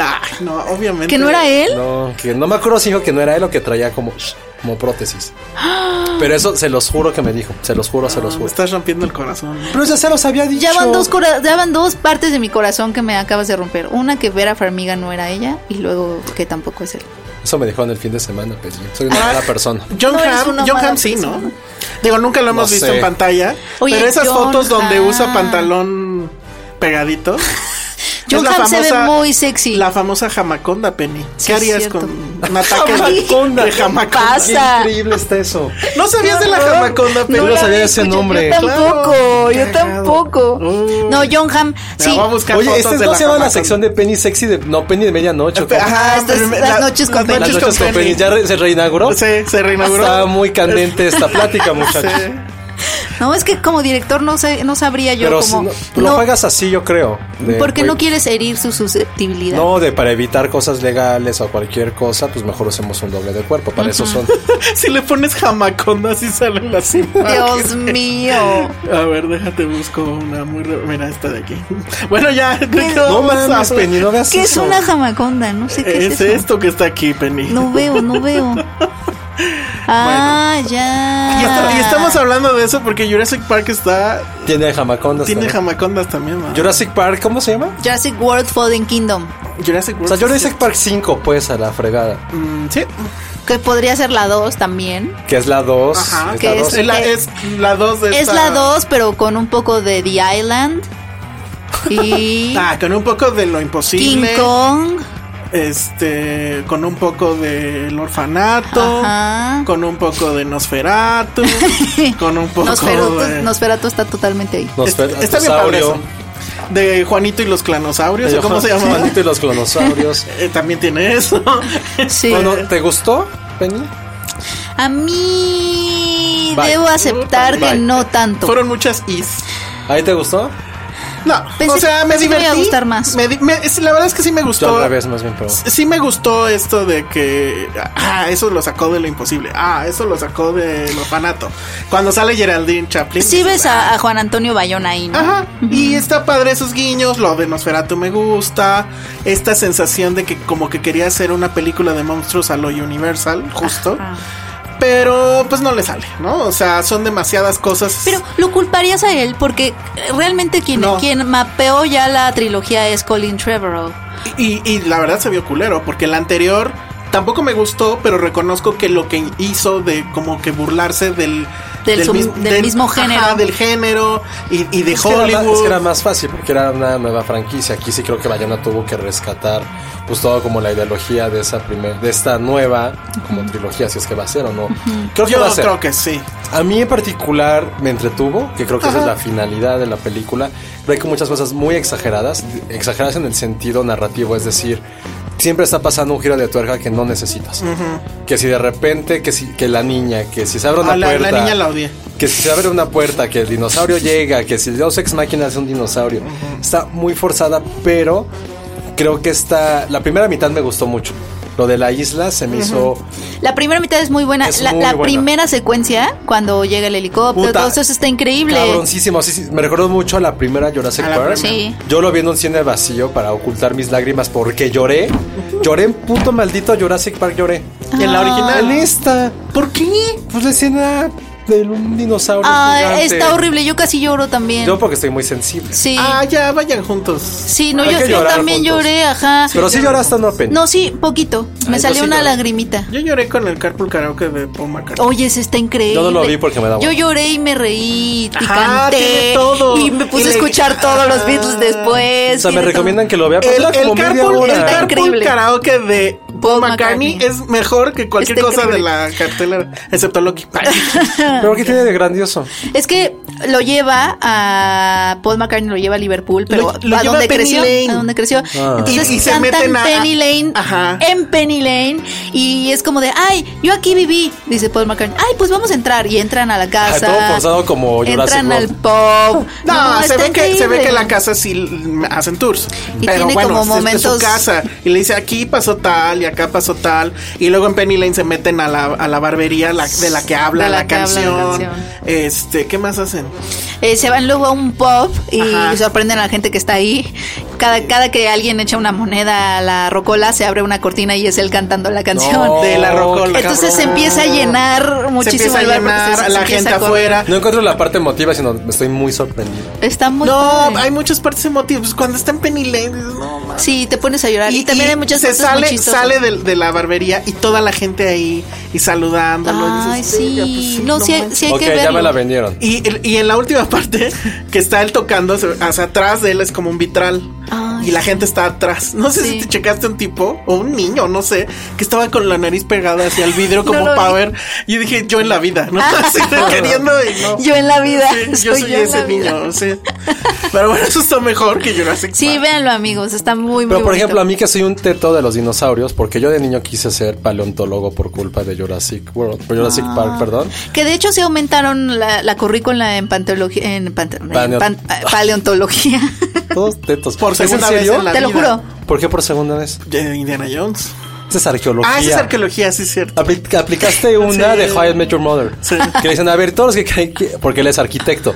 D: Ah, no, obviamente.
C: Que no era él.
B: No, que no me acuerdo si dijo que no era él o que traía como, como prótesis. Pero eso se los juro que me dijo. Se los juro, se los
D: Me
B: juro.
D: estás rompiendo el corazón.
B: Pero ya se los había dicho.
C: Ya van, dos cora- ya van dos partes de mi corazón que me acabas de romper. Una que Vera Farmiga no era ella y luego que tampoco es él.
B: Eso me dijo en el fin de semana, pero yo soy
C: Ah,
B: una mala persona.
D: John
C: No, eres
D: Hamm,
C: una
D: John
C: mala
D: Hamm sí, ¿no?
C: persona.
D: Digo, nunca lo hemos
B: No
D: visto
B: sé.
D: en pantalla.
C: Oye,
D: pero esas
C: John
D: fotos donde
C: Hamm.
D: usa pantalón pegadito.
C: John
D: es la
C: Hamm se ve muy sexy.
D: La famosa jamaconda, Penny.
C: Sí,
D: ¿Qué
C: es
D: harías
C: cierto.
D: con un ataque de-
C: Jamaconda,
D: de
C: ¿qué
D: jamaconda?
C: pasa? Sa-
B: Qué increíble está eso.
D: No sabías de la jamaconda, Penny.
B: No la sabía
C: había
B: ese
C: escuchado.
B: nombre.
C: Yo tampoco,
D: Claro,
C: yo
D: cagado.
C: tampoco.
D: Uh.
C: No, John Ham.
D: Me
C: Sí.
D: voy a buscar
B: Oye,
D: fotos
B: este
D: de
B: no se llama la
D: jamaconda.
B: sección de Penny Sexy de... No, Penny de Medianoche. ¿cómo?
C: Ajá, esto es
D: pero me-
C: Ah, las
D: la-
C: noches con
D: las
C: Penny.
B: Las noches con Penny. ¿Ya re- se reinauguró?
D: Sí, se reinauguró.
B: Está muy candente esta plática, muchachos.
D: Sí.
C: No, es que como director no sé, no sabría yo
B: Pero si
C: cómo.
B: no- lo
C: no,
B: juegas así, yo creo. de,
C: porque
B: güey,
C: no quieres herir su susceptibilidad.
B: No, de para evitar cosas legales o cualquier cosa, pues mejor usemos un doble de cuerpo. Para eso son.
D: Si le pones jamaconda, así sale la cima.
C: Dios mío.
D: A ver, déjate, busco una muy. re- Mira, esta de aquí. Bueno, ya, ¿de qué
B: No
D: vamos a
B: mames,
D: hablar?
B: Penny, no veas
C: ¿Qué es una jamaconda? No sé qué es,
D: Es
C: eso.
D: esto que está aquí, Penny.
C: No veo, no veo. Ah, ya.
D: Y, esta- y estamos hablando de eso porque Jurassic Park está.
B: Tiene jamacondas.
D: Tiene
B: también.
D: jamacondas también, ¿no?
B: Jurassic Park, ¿cómo se llama?
C: Jurassic World Fallen Kingdom,
D: Jurassic
B: O
D: World.
B: sea, Jurassic Park 5, pues, a la fregada.
D: Mm, sí.
C: que podría ser la 2 también.
B: Que es la 2.
D: Ajá.
B: Es
C: Que
B: la
C: es-
B: dos.
D: Es la, es la 2 de
C: Es
D: esta-
C: la 2, pero con un poco de The Island. Y
D: Ah, con un poco de lo
C: King
D: imposible.
C: Kong.
D: Este. Con un poco del orfanato.
C: Ajá.
D: Con un poco de Nosferatu. con un poco
C: Nosferatu,
D: de.
C: Nosferatu está totalmente ahí.
B: Nos-
D: Está- Está bien padre eso. De Juanito y los clanosaurios. ¿o ¿Cómo se llama? Eh,
B: Juanito y los clonosaurios.
D: también tiene eso.
C: Sí.
B: Bueno, ¿te gustó, Penny?
C: A mí
B: Bye.
C: debo aceptar que
B: Bye.
C: no tanto.
D: Fueron muchas is.
B: ¿Ahí te gustó?
D: No,
C: Pensé-
D: o sea, me
C: pensé que me
D: divertí.
C: iba a gustar más.
D: Me di- me- es- la verdad es que sí me
B: Yo
D: gustó.
B: al revés, más bien, pero.
D: Sí me gustó esto de que ah, eso lo sacó de lo imposible. Ah, eso lo sacó del orfanato. Cuando sale Geraldine Chaplin.
C: Sí
D: dices, "Ah,
C: ves a, a Juan Antonio Bayona ahí, ¿no?
D: Ajá. Y está padre esos guiños, lo de Nosferatu me gusta, esta sensación de que como que quería hacer una película de monstruos a lo Universal, justo.
C: Ah.
D: Pero pues no le sale, ¿no? O sea, son demasiadas cosas.
C: Pero lo culparías a él porque eh, realmente quien,
D: No.
C: quien mapeó ya la trilogía es Colin Trevorrow.
D: Y, y la verdad se vio culero, porque la anterior tampoco me gustó, pero reconozco que lo que hizo de como que burlarse del...
C: Del sub-
D: mis-
C: del mismo género.
D: del género y, y de
B: Es que, era,
D: Hollywood.
B: ma- es que era más fácil porque era una nueva franquicia. Aquí sí creo que Bayona tuvo que rescatar pues todo como la ideología de esa primer, de esta nueva como trilogía, si es que va a ser o no. Creo que
D: Yo
B: va a ser.
D: creo que sí.
B: A mí en particular me entretuvo, que creo que esa es la finalidad de la película. Creo que muchas cosas muy exageradas, exageradas en el sentido narrativo, es decir, siempre está pasando un giro de tuerca que no necesitas. Que si de repente, que si que la niña, que si se abre una
D: A la, la
B: puerta,
D: niña la odié.
B: que si se abre una puerta, que el dinosaurio llega, que si Dios ex máquina es un dinosaurio. Está muy forzada, pero creo que está la primera mitad me gustó mucho. Lo de la isla se me hizo
C: La primera mitad es muy buena.
B: Es
C: la
B: muy
C: la
B: buena.
C: primera secuencia, cuando llega el helicóptero,
B: Puta,
C: todo eso está increíble.
B: Cabroncísimo, sí, sí. Me recordó mucho a la primera Jurassic
D: A la
B: Park.
C: primera. Sí.
B: Yo lo vi en un cine vacío para ocultar mis lágrimas porque lloré. Lloré en puto maldito Jurassic Park, lloré.
C: Ah.
D: Y en la original.
B: En esta. ¿Por qué? Pues la escena de un dinosaurio.
C: Ah,
B: gigante.
C: está horrible. Yo casi lloro también.
B: Yo porque estoy muy sensible.
C: sí.
D: Ah, ya, vayan juntos.
C: sí, no,
B: hay
C: yo,
B: que
C: yo
B: llorar
C: también
B: juntos.
C: lloré, ajá.
B: Pero sí lloraste, no Penny?
C: No, sí, poquito. Me
B: Ay, yo
C: salió
B: sí
C: una
B: lloré.
C: lagrimita.
D: Yo lloré con el Carpool Karaoke de Paul McCartney.
C: Oye, se está increíble.
B: Yo no lo vi porque me da
C: Yo
B: hueva.
C: lloré y me reí y
D: Ajá,
C: canté
D: tiene todo.
C: y me puse
D: Y
C: a
D: le- "Ah".
C: escuchar todos los Beatles después.
B: O sea, me
C: tiene
B: recomiendan
C: todo.
B: que lo vea pero
D: El,
B: dura como
D: el
B: media
D: carpool, el
B: hora.
C: Está
D: carpool
C: increíble.
D: karaoke de Paul
C: Paul
D: McCartney,
C: McCartney. Este
D: es mejor que cualquier
C: Está
D: cosa de
C: increíble.
D: la cartelera, excepto Loki.
B: Pero ¿qué tiene de grandioso?
C: Es que lo lleva a Paul McCartney lo lleva a Liverpool, pero
D: Lo- lo
C: a
D: lleva
C: donde
D: a Penny
C: creció,
D: Lane. Ah.
C: a donde creció. Entonces
D: Y- y se
C: cantan
D: meten a-
C: Penny Lane
D: Ajá.
C: en Penny Lane y es como de, "Ay, yo aquí viví", dice Paul McCartney. "Ay, pues vamos a entrar" y entran a la casa.
B: todo forzado como Jurassic
C: Entran al
B: World.
C: pub.
D: No, se,
C: está
D: ve que, se ve
C: increíble.
D: que la casa sí l- hacen tours.
C: Y
D: pero
C: tiene
D: bueno,
C: como
D: es- es su
C: momentos-
D: casa. Y le dice aquí pasó tal y acá pasó tal. Y luego en Penny Lane se meten a la, a la barbería la- de la que habla,
C: De
D: la,
C: la que habla la
D: canción.
C: canción.
D: Este, ¿qué más hacen?
C: Eh, se van luego a un pub y
D: Ajá.
C: sorprenden a la gente que está ahí. Cada, cada que alguien echa una moneda a la rocola, se abre una cortina y es él cantando la canción.
B: No,
D: De la rocola.
C: Entonces se
D: cabrón.
C: empieza a llenar
D: Se
C: muchísimo
D: empieza a
C: el bar porque se-
D: llenar
C: se
D: a la
C: empieza
D: gente
C: a correr.
D: afuera.
B: No encuentro la parte emotiva, sino estoy muy sorprendido.
C: Está muy
D: No,
C: padre.
D: hay muchas partes emotivas. Cuando está en Penny Lane, dices, no mames.
C: Sí, te pones a llorar. Y, también hay muchas
D: se
C: cosas muy
D: sale,
C: chistosas.
D: sale del- de, la barbería y toda la gente ahí y saludándolo. y
C: Ay,
D: dices,
C: sí.
D: "Venga, pues sí,
C: no, sí, hay-
D: manches".
C: sí hay
B: Ok,
C: que verlo.
B: ya me la vendieron.
D: Y, el- y en la última parte que está él tocando, se- hacia atrás de él es como un vitral.
C: Ay,
D: y la
C: sí.
D: gente está atrás. No sé si
C: Sí.
D: te checaste un tipo o un niño, no sé, que estaba con la nariz pegada hacia el vidrio como
C: lo vi.
D: para ver. Y dije, yo en la vida, ¿no? Así de queriendo y no.
C: Yo en la vida.
D: Sí, yo
C: soy
D: soy
C: yo en la
D: ese
C: vida.
D: niño, sí. Pero bueno, eso está mejor que Jurassic
C: Sí,
D: Park.
C: véanlo, amigos. Está muy, muy
B: Pero por
C: bonito.
B: ejemplo, a mí que soy un teto de los dinosaurios, porque yo de niño quise ser paleontólogo por culpa de Jurassic World, por Jurassic
C: Ah.
B: Park, perdón.
C: Que de hecho se aumentaron la, la currícula en, panteología- en, pante- en
B: Paneo-
C: pan- ah, paleontología.
B: Todos tetos.
D: Por
B: ¿Es en
D: segunda vez
B: serio?
D: en la
C: Te lo
D: vida.
C: juro.
B: ¿Por qué por segunda vez?
D: De Indiana Jones.
B: Esa es arqueología.
D: Ah, esa es arqueología, sí es cierto.
B: Apli- aplicaste una
D: Sí.
B: de How I Met Your Mother.
D: Sí.
B: Que le dicen, a ver, todos los que creen que... Porque él es arquitecto.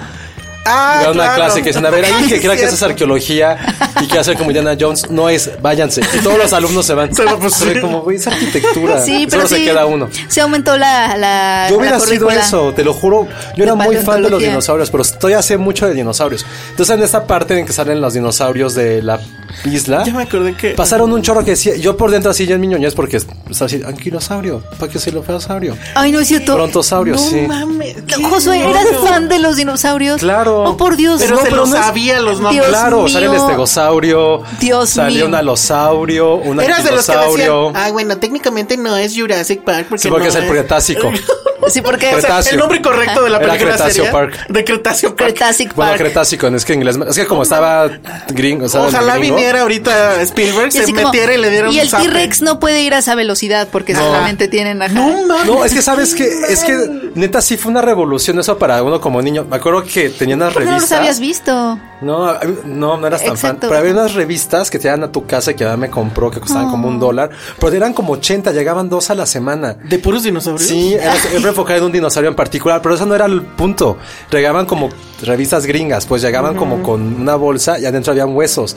D: Ah,
B: Le da una
D: claro.
B: clase que dicen, a ver, alguien que
D: Sí,
B: crea que eso es
D: cierto.
B: arqueología y que hacer como Indiana Jones, no es, váyanse. Y todos los alumnos se van.
D: Se va, pues,
B: Se ve
D: sí.
B: como, güey, es arquitectura.
C: Sí, pero
B: Solo se
C: sí,
B: queda uno.
C: Se aumentó la, la,
B: Yo
C: la
B: hubiera sido
C: currícula.
B: eso, te lo juro. Yo era
C: De
B: muy fan de los
C: paleontología.
B: dinosaurios, pero estoy hace mucho de dinosaurios. Entonces, en esta parte en que salen los dinosaurios de la isla,
D: Ya me acordé que-
B: pasaron un chorro que decía. Yo por dentro, así ya en mi ñoñez, porque estaba así, anquilosaurio, paquiosaurio,
C: Ay, no es cierto.
B: brontosaurio,
D: No
B: sí.
D: mames.
C: No,
D: qué
C: Josué,
D: loco.
C: ¿eras fan de los dinosaurios?
B: Claro.
C: Oh, por Dios.
D: Pero
B: No,
D: se
B: pero
D: los
B: no es-
D: sabía los nombres.
C: Dios
B: claro, este
C: mío.
B: sale el estegosaurio,
C: Dios
B: salió
C: mío.
B: un alosaurio, un
D: Eras de los que
B: anquilosaurio.
D: decían, ah, bueno, técnicamente no es Jurassic Park porque,
B: Sí, porque
D: no
B: es el Cretácico.
C: Sí, porque
D: O sea,
B: Cretáceo.
D: el nombre correcto de la
B: Era
D: película
B: Cretáceo
D: sería
B: Park.
D: de Cretáceo Park.
C: Cretácico
B: Bueno,
C: Park.
B: Cretácico, es que en este inglés. Es que como estaba gringo. estaba
D: Ojalá
B: gringo.
D: viniera ahorita Spielberg,
C: Y
D: se
C: así como,
D: metiera y le diera un
C: y el
D: zape.
C: T-Rex no puede ir a esa velocidad porque solamente tienen ajá.
B: No, es que sabes que es que neta sí fue una revolución eso para uno como niño. Me acuerdo que tenía unas
C: ¿Por qué no
B: revistas.
C: los habías visto?
B: No, a- no, no eras tan fan.
C: Exacto.
B: Pero había unas revistas que te daban a tu casa y que mi mamá me compró que costaban como
C: Ah.
B: un dólar, pero eran como 80, llegaban dos a la semana.
D: De puros dinosaurios.
B: Sí, era siempre enfocada en un dinosaurio en particular, pero eso no era el punto. Llegaban como revistas gringas, pues llegaban como con una bolsa y adentro habían huesos.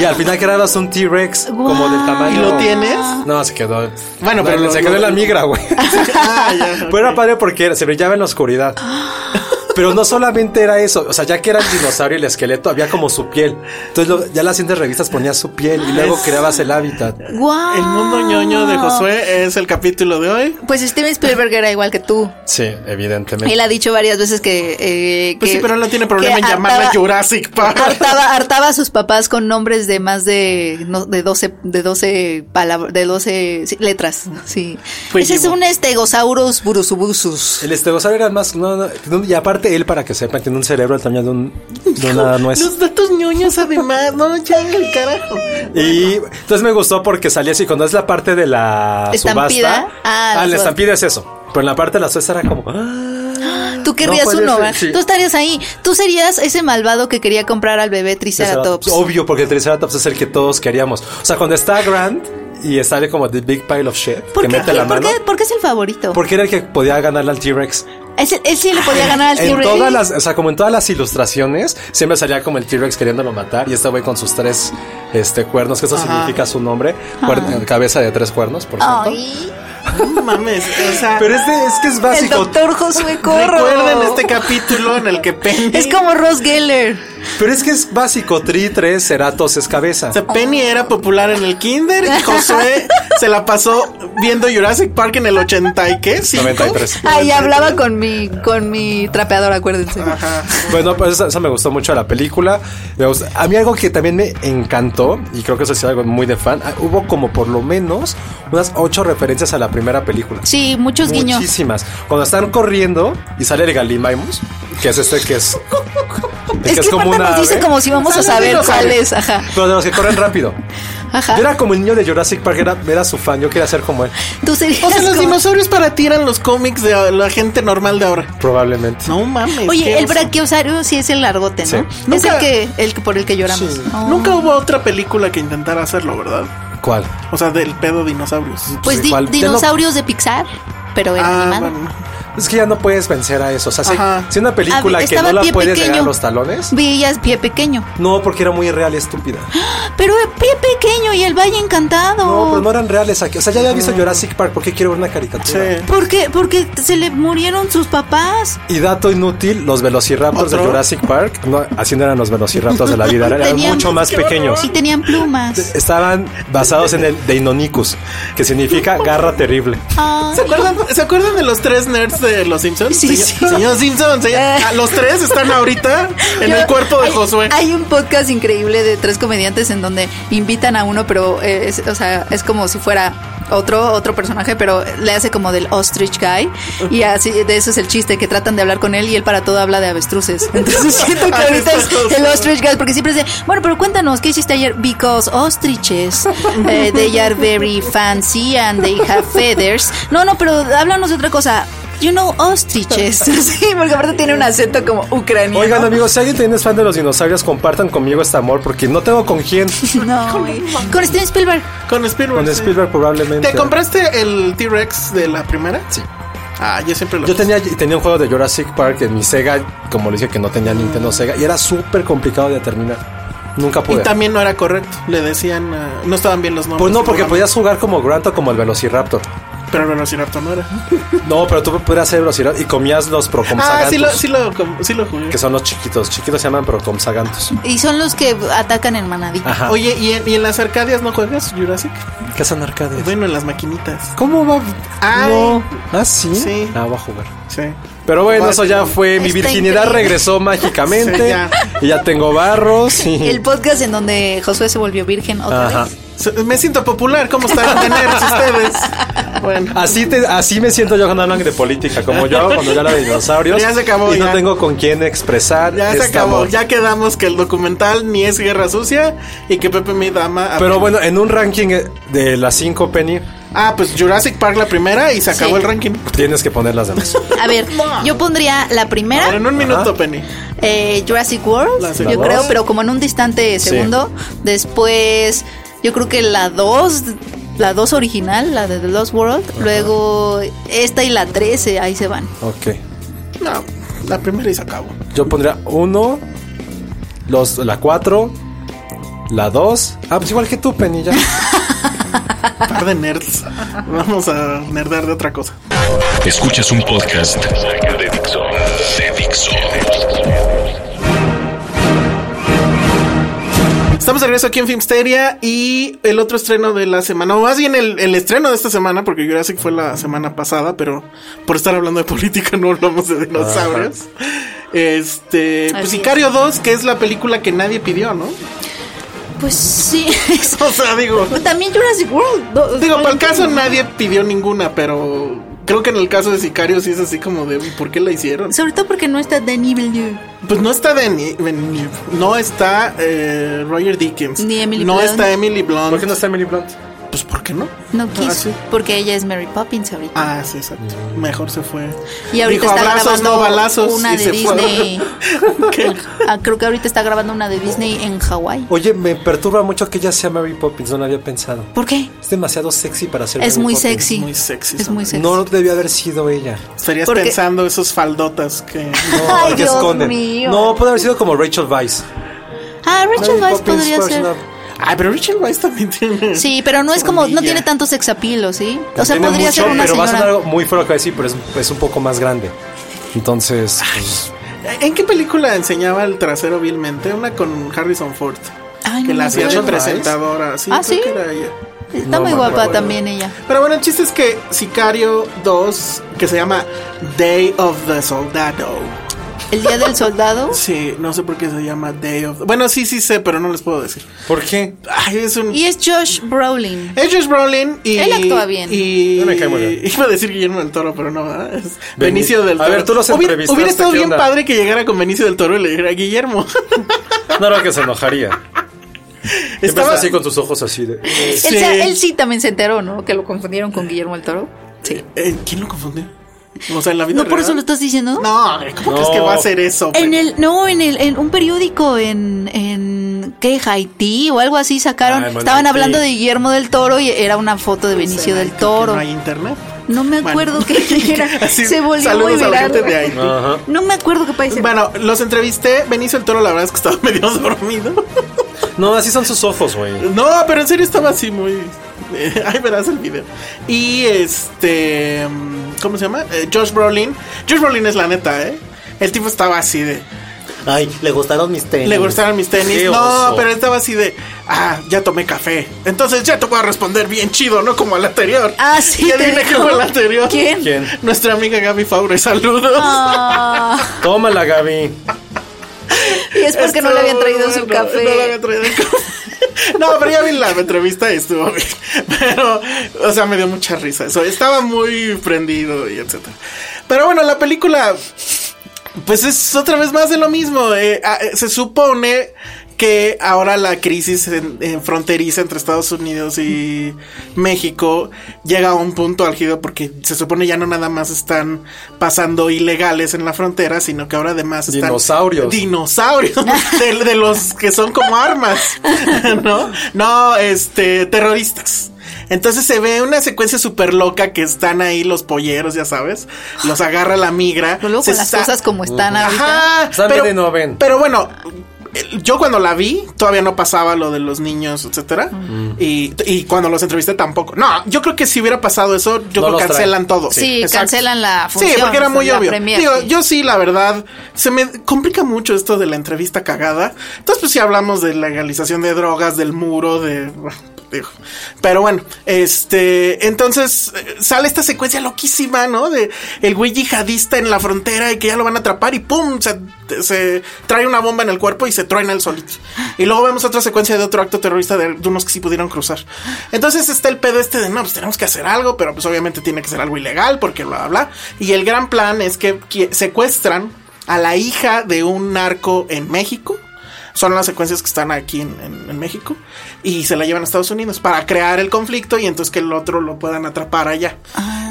B: Y al final creabas un T-Rex como del tamaño.
D: ¿Y
C: Ah.
D: lo tienes?
B: No, se quedó.
D: Bueno,
B: No,
D: pero lo-
B: se quedó
D: lo-
B: en la migra, güey.
D: Ah, ya,
B: Pero era
D: ok.
B: padre porque se brillaba en la oscuridad. Pero no solamente era eso, o sea, ya que era el dinosaurio y el esqueleto, había como su piel. Entonces lo- ya las siguientes revistas ponías su piel
D: Ah,
B: y luego creabas el hábitat.
C: ¡Guau!
D: El mundo ñoño
C: Ah.
D: de Josué es el capítulo de hoy.
C: Pues Steven Spielberg era igual que tú.
B: Sí, evidentemente.
C: Él ha dicho varias veces que. eh,
D: Pues
C: que-
D: sí, pero él no tiene problema
C: que
D: en llamarla
C: hartaba-
D: Jurassic Park.
C: Hartaba, hartaba a sus papás con nombres de más de, no, de 12, de 12 palabras, de 12 sí, letras. Sí.
D: Fue
C: Ese es
D: Jimbo.
C: un Stegosaurus burusubusus.
B: El estegosaurio era más... no, no, y aparte él, para que sepan, tiene un cerebro del tamaño de, un, de una nuez.
D: Los datos ñoños además, no, ya el carajo.
B: Y entonces me gustó porque salía así, cuando es la parte de la
C: ¿Estampida?
B: subasta...
C: Ah, la
B: la
C: subasta.
B: estampida es eso. Pero en la parte de la subasta era como... ah,
C: Tú querrías
B: puede
C: uno,
B: ser,
C: ¿verdad?
B: sí.
C: Tú estarías ahí. Tú serías ese malvado que quería comprar al bebé Triceratops.
B: Pues, Obvio, porque el Triceratops es el que todos queríamos. O sea, cuando está Grant y sale como The Big Pile of Shit,
C: ¿Por
B: que
C: qué,
B: mete la
C: ¿por,
B: mano.
C: qué, por qué es el favorito?
B: Porque era el que podía ganarle al T-Rex.
C: Ese- él sí le podía ganar al
B: En
C: T-Rex.
B: todas las, o sea, como en todas las ilustraciones, siempre salía como el T-Rex queriéndolo matar. Y este güey con sus tres este, cuernos, que eso significa su nombre. cuer- Cabeza de tres cuernos, por cierto.
C: Ay,
D: No mames, o sea,
B: Pero es, de- es que es
C: el
B: básico.
C: doctor Josué Corro.
D: recuerden este capítulo en el que Penny,
C: Es como Ross Geller.
B: Pero es que es básico. Tri, tres, ceratos es cabeza.
D: o sea, Penny era popular en el kinder y Josué se la pasó viendo Jurassic Park en el 80 y qué, ¿Cinco?
B: 93.
C: Ahí Ah, hablaba con mi, con mi trapeador, acuérdense.
B: Bueno, pues eso, eso me gustó mucho de la película. Me gusta- A mí algo que también me encantó, y creo que eso es algo muy de fan, ah, hubo como por lo menos unas ocho referencias a la primera película.
C: Sí, muchos guiños.
B: Muchísimas. Cuando están corriendo y sale el Galimamus, que es este que es... el
C: Es que aparte nos dice
B: ave,
C: como si vamos a saber cuál es. Ajá.
B: Pero de los que corren rápido.
C: Ajá.
B: Yo era como el niño de Jurassic Park, era, era su fan, yo quería ser como él,
C: Tú serías
D: O sea, los
C: como-
D: dinosaurios para ti eran los cómics de la gente normal de ahora.
B: probablemente.
D: No mames. qué
C: Oye, el
D: oso.
C: brachiosaurio sí es el largote, ¿no?
B: Sí.
C: Es
D: Nunca-
C: el que, el que por el que lloramos.
B: Sí.
C: Oh.
D: Nunca hubo otra película que intentara hacerlo, ¿verdad?
B: ¿Cuál?
D: O sea, del pedo dinosaurios.
C: Pues di-
B: igual, ya no-
C: dinosaurios de Pixar, pero era
D: Ah,
C: animado.
D: bueno.
B: Es que ya no puedes vencer a eso. O sea, si,
D: Ajá.
B: si una
C: Ah,
B: película que
C: estaba
B: no la
C: pie
B: puedes llegar a
C: pequeño.
B: los talones...
C: Villas, pie pequeño.
B: No, porque era muy real y estúpida.
C: Pero pie pequeño y el Valle Encantado.
B: No, pero no eran reales aquí. O sea, ya había visto Jurassic Park, ¿por qué quiero ver una caricatura?
D: Sí.
C: ¿Por qué? Porque se le murieron sus papás.
B: Y dato inútil, los velociraptors de
D: ¿Otro?
B: Jurassic Park, no, así no eran los velociraptors de la vida, eran
C: Tenían-
B: mucho más pequeños.
C: Y tenían plumas.
B: Estaban basados en el Deinonychus, que significa garra terrible.
C: Ay.
D: ¿Se acuerdan, ¿Se acuerdan de los tres nerds de los Simpsons?
C: Sí,
D: Señor-
C: sí. Eh.
D: Señor Simpson, señor- a los tres están ahorita en
C: Yo-
D: el cuerpo de
C: hay-
D: Josué.
C: Hay un podcast increíble de tres comediantes en donde invitan a uno, pero eh, es, o sea, es como si fuera otro, otro personaje, pero le hace como del ostrich guy. Y así, de eso es el chiste, que tratan de hablar con él y él para todo habla de avestruces. Entonces siento que ahorita es el ostrich guy, porque siempre dice, bueno, pero cuéntanos, ¿qué hiciste ayer? Because ostriches, eh, they are very fancy and they have feathers. No, no, pero háblanos de otra cosa. You know ostriches. Sí, porque aparte tiene un acento como ucraniano.
B: Oigan, amigos, si alguien tiene fan de los dinosaurios, compartan conmigo este amor porque no tengo con quién.
C: No, güey. Con Steven Spielberg.
D: Con Spielberg.
B: Con
D: sí.
B: Spielberg probablemente.
D: ¿Te compraste el T-Rex de la primera? Sí. Ah, yo siempre lo
B: Yo tenía, tenía un juego de Jurassic Park en mi Sega, como le dije que no tenía Nintendo Sega, y era súper complicado de terminar. Nunca
D: Y
B: pude.
D: también no era correcto. Le decían. ah, no estaban bien los nombres.
B: Pues no, porque
D: del programa,
B: podías jugar como Grant o como el Velociraptor.
D: Pero el Velociraptor no era.
B: No, pero tú podías ser Velociraptor y comías los
D: Ah,
B: Procomsagantos.
D: sí lo, sí, lo, com- sí lo jugué.
B: Que son los chiquitos. Chiquitos se llaman Procomsagantos.
C: Y son los que atacan en
D: Ah,
C: manadita.
B: Ajá.
D: Oye, ¿y en, y en las arcadias no juegas Jurassic?
B: ¿Qué son arcades?
D: Bueno, en las maquinitas.
B: ¿Cómo va?
D: Ay.
B: No. Ah, sí.
D: Sí.
B: Ah, voy a jugar.
D: Sí.
B: Pero bueno, eso ya fue. Mi
C: Está
B: virginidad
C: increíble.
B: regresó mágicamente.
D: Sí, ya.
B: Y ya tengo barros. y-
C: El podcast en donde Josué se volvió virgen otra
B: Ajá.
C: vez.
D: Se- Me siento popular. ¿Cómo están de nerds ustedes? Bueno.
B: Así, te- así me siento yo cuando hablan de política, como yo hago cuando yo hablo de dinosaurios.
D: Ya se acabó,
B: Y no
D: ya.
B: tengo con quién expresar.
D: Ya se
B: este
D: acabó,
B: amor.
D: ya quedamos que el documental ni es Guerra Sucia y que Pepe mi dama...
B: Pero bueno, en un ranking de las 5 Penny,
D: Ah, pues Jurassic Park la primera y se acabó
C: Sí.
D: el ranking.
B: tienes que poner las demás.
C: A ver, yo pondría
D: Ahora
C: la
D: en
C: primera,
D: un minuto, Penny.
C: eh, Jurassic World,
D: La
C: yo
D: segunda.
C: creo, pero como en un distante segundo. Después, yo creo que la dos, la dos original, la de The Lost World. Luego, esta y la 13, ahí se van.
B: ok.
D: No, la primera y se acabó.
B: Yo pondría 1, la 4, la 2. Ah, pues igual que tú, Penny, ya.
D: Par de nerds. Vamos a nerdar de otra cosa.
A: Escuchas un podcast de Dixo. De Dixo.
D: Estamos de regreso aquí en Filmsteria y el otro estreno de la semana, o más bien el, el estreno de esta semana, porque Jurassic fue la semana pasada, pero por estar hablando de política no hablamos de dinosaurios. Este, pues
C: Así es.
D: Sicario 2, que es la película que nadie pidió, ¿no?
C: Pues sí.
D: O sea, digo,
C: También Jurassic World. do-
D: digo, para el caso nadie pidió ninguna, pero creo que en el caso de Sicario sí es así como de, ¿por qué la hicieron?
C: Sobre todo porque no está Danny Villeneuve.
D: Pues no está Danny, Danny- no está eh, Roger Dickens,
C: Ni Emily
D: no
C: Blunt.
D: está Emily Blunt.
B: ¿Por qué no está Emily Blunt?
D: Pues ¿por qué no?
C: No quiso.
D: sí.
C: Porque ella es Mary Poppins ahorita.
D: Ah, sí, exacto.
B: Mm.
D: Mejor se fue.
C: Y ahorita
D: Dijo,
C: está
D: abrazos,
C: grabando
D: no balazos.
C: una
D: y
C: de
D: se
C: Disney.
D: Fue. ¿Qué?
C: Ah, creo que ahorita está grabando una de Disney en Hawái.
B: Oye, me perturba mucho que ella sea Mary Poppins, no la había pensado.
C: ¿Por qué?
B: Es demasiado sexy para ser
C: Es
B: Mary
C: muy
B: Poppins.
C: sexy.
D: Muy sexy.
C: Es muy
D: son.
C: sexy.
B: No debía haber sido ella.
D: Estarías
C: Porque-
D: pensando esos faldotas que.
B: No,
C: Ay,
B: que
C: Dios
B: esconden.
C: mío.
B: No, puede haber sido como Rachel Weisz.
C: Ah, Rachel
B: Mary
C: Weisz
B: Poppins
C: podría
B: first
C: ser.
B: love.
D: Ay, pero Richard Weiss también tiene.
C: Sí, pero no es como, no
D: Hormiguilla.
C: tiene tanto sexapilo, ¿sí? O sea,
B: Tiene
C: podría
B: mucho,
C: ser una
B: pero va a sonar
C: señora.
B: algo muy feo lo que voy a decir, pero es, es un poco más grande. Entonces, pues,
D: ¿En qué película enseñaba el trasero vilmente? Una con Harrison Ford.
C: Ay, no
D: que la
C: me
D: hacía de
C: acuerdo.
D: presentadora. Sí,
C: ¿Ah,
D: creo
C: sí?
D: que era ella.
C: Está
B: No
C: muy
B: me
C: guapa
B: acuerdo.
C: también ella.
D: Pero bueno, el chiste es que Sicario 2, que se llama Day of the Soldado.
C: El día del soldado.
D: Sí, no sé por qué se llama Day of. the- Bueno, sí, sí sé, pero no les puedo decir.
B: ¿por qué?
D: Ay, es un.
C: Y es Josh Brolin.
D: Es Josh Brolin y.
C: Él actúa bien.
D: Y,
B: No me cae muy bien.
D: Iba a decir Guillermo del Toro, pero no, ¿verdad? Es
B: Beni-
D: Benicio del
B: A
D: Toro.
B: ver, tú los
D: Hubi- Hubiera,
B: entrevistaste,
D: estado
B: ¿qué
D: bien
B: onda?
D: padre que llegara con Benicio del Toro y le dijera Guillermo.
B: No era que se enojaría. Siempre
D: Estaba-
B: está así con sus ojos así de...
C: Él,
D: Sí.
C: se- él sí también se enteró, ¿no? Que lo confundieron con Guillermo el Toro. Sí.
D: Eh, ¿Quién lo confundió? O sea, en la vida.
C: ¿No por
D: real?
C: eso lo estás diciendo?
D: No, ¿cómo
B: No.
D: crees que va a hacer eso?
C: En
D: Penny?
C: el, no, en el, en un periódico en, en ¿qué? Haití o algo así sacaron,
B: Ah, en
C: estaban
B: Haití.
C: hablando de Guillermo del Toro y era una foto de
D: O
C: Benicio
D: sea,
C: del
D: creo que
C: Toro.
D: No hay internet.
C: No me
D: Bueno.
C: acuerdo qué era.
D: Así,
C: Se volvió muy
D: saludos a la
C: viral.
D: gente de Haití.
B: Ajá.
C: No me acuerdo qué país era.
D: Bueno, los entrevisté. Benicio del Toro, la verdad es que estaba medio dormido.
B: No, así son sus ojos, güey.
D: No, pero en serio estaba así muy. eh, Ahí verás el video. Y este. mm, ¿Cómo se llama? Eh, Josh Brolin. Josh Brolin es la neta, ¿eh? El tipo estaba así de.
B: Ay, le gustaron mis tenis.
D: Le gustaron mis tenis.
B: Qué
D: no,
B: oso.
D: pero estaba así de. Ah, ya tomé café. Entonces ya te voy a responder bien chido, ¿no? Como al anterior.
C: Ah, sí,
D: ¿Y
C: te
D: adivina qué
C: dijo.
D: fue el anterior?
C: ¿Quién?
B: ¿Quién?
D: Nuestra amiga Gaby Faure. Saludos.
C: Ah,
B: Tómala, Gaby.
C: Y es porque no le habían traído su
D: Estuvo bueno,
C: café.
D: No le habían traído el café. No, pero ya vi la entrevista y estuvo bien. Pero, o sea, me dio mucha risa eso. Estaba muy prendido y etcétera. Pero bueno, la película, pues es otra vez más de lo mismo. Eh, ah, eh, se supone que ahora la crisis en, en fronteriza entre Estados Unidos y México llega a un punto álgido porque se supone ya no nada más están pasando ilegales en la frontera, sino que ahora además están
B: Dinosaurios.
D: dinosaurios de, de los que son como armas, ¿no? No, este, terroristas. Entonces se ve una secuencia súper loca que están ahí los polleros, ya sabes. Los agarra la migra.
C: Luego
D: se
C: con las
D: sa-
C: cosas como están ahorita.
D: Ajá.
B: Están bien y no ven.
D: Pero bueno. eh, Yo cuando la vi, todavía no pasaba lo de los niños, etcétera. Y, y cuando los entrevisté tampoco. No, yo creo que si hubiera pasado eso, yo
B: No
D: creo
B: los
D: que cancelan todo.
C: Sí,
D: Exacto.
C: cancelan la función.
D: Sí, porque era
C: o sea,
D: muy
C: la
D: obvio.
C: premier,
D: Digo,
C: sí.
D: yo sí, la verdad, se me complica mucho esto de la entrevista cagada. Entonces, pues sí hablamos de legalización de drogas, del muro, de... digo, Pero bueno, este, entonces eh, sale esta secuencia loquísima, ¿no? De el güey yihadista en la frontera y que ya lo van a atrapar y ¡pum! Se, se trae una bomba en el cuerpo y se truena el solito. Y luego vemos otra secuencia de otro acto terrorista de, de unos que sí pudieron cruzar. Entonces está el pedo este de, no, pues tenemos que hacer algo, pero pues obviamente tiene que ser algo ilegal porque bla, bla, bla. Y el gran plan es que qui- secuestran a la hija de un narco en México. Son las secuencias que están aquí en, en- en México. Y se la llevan a Estados Unidos para crear el conflicto y entonces que el otro lo puedan atrapar allá.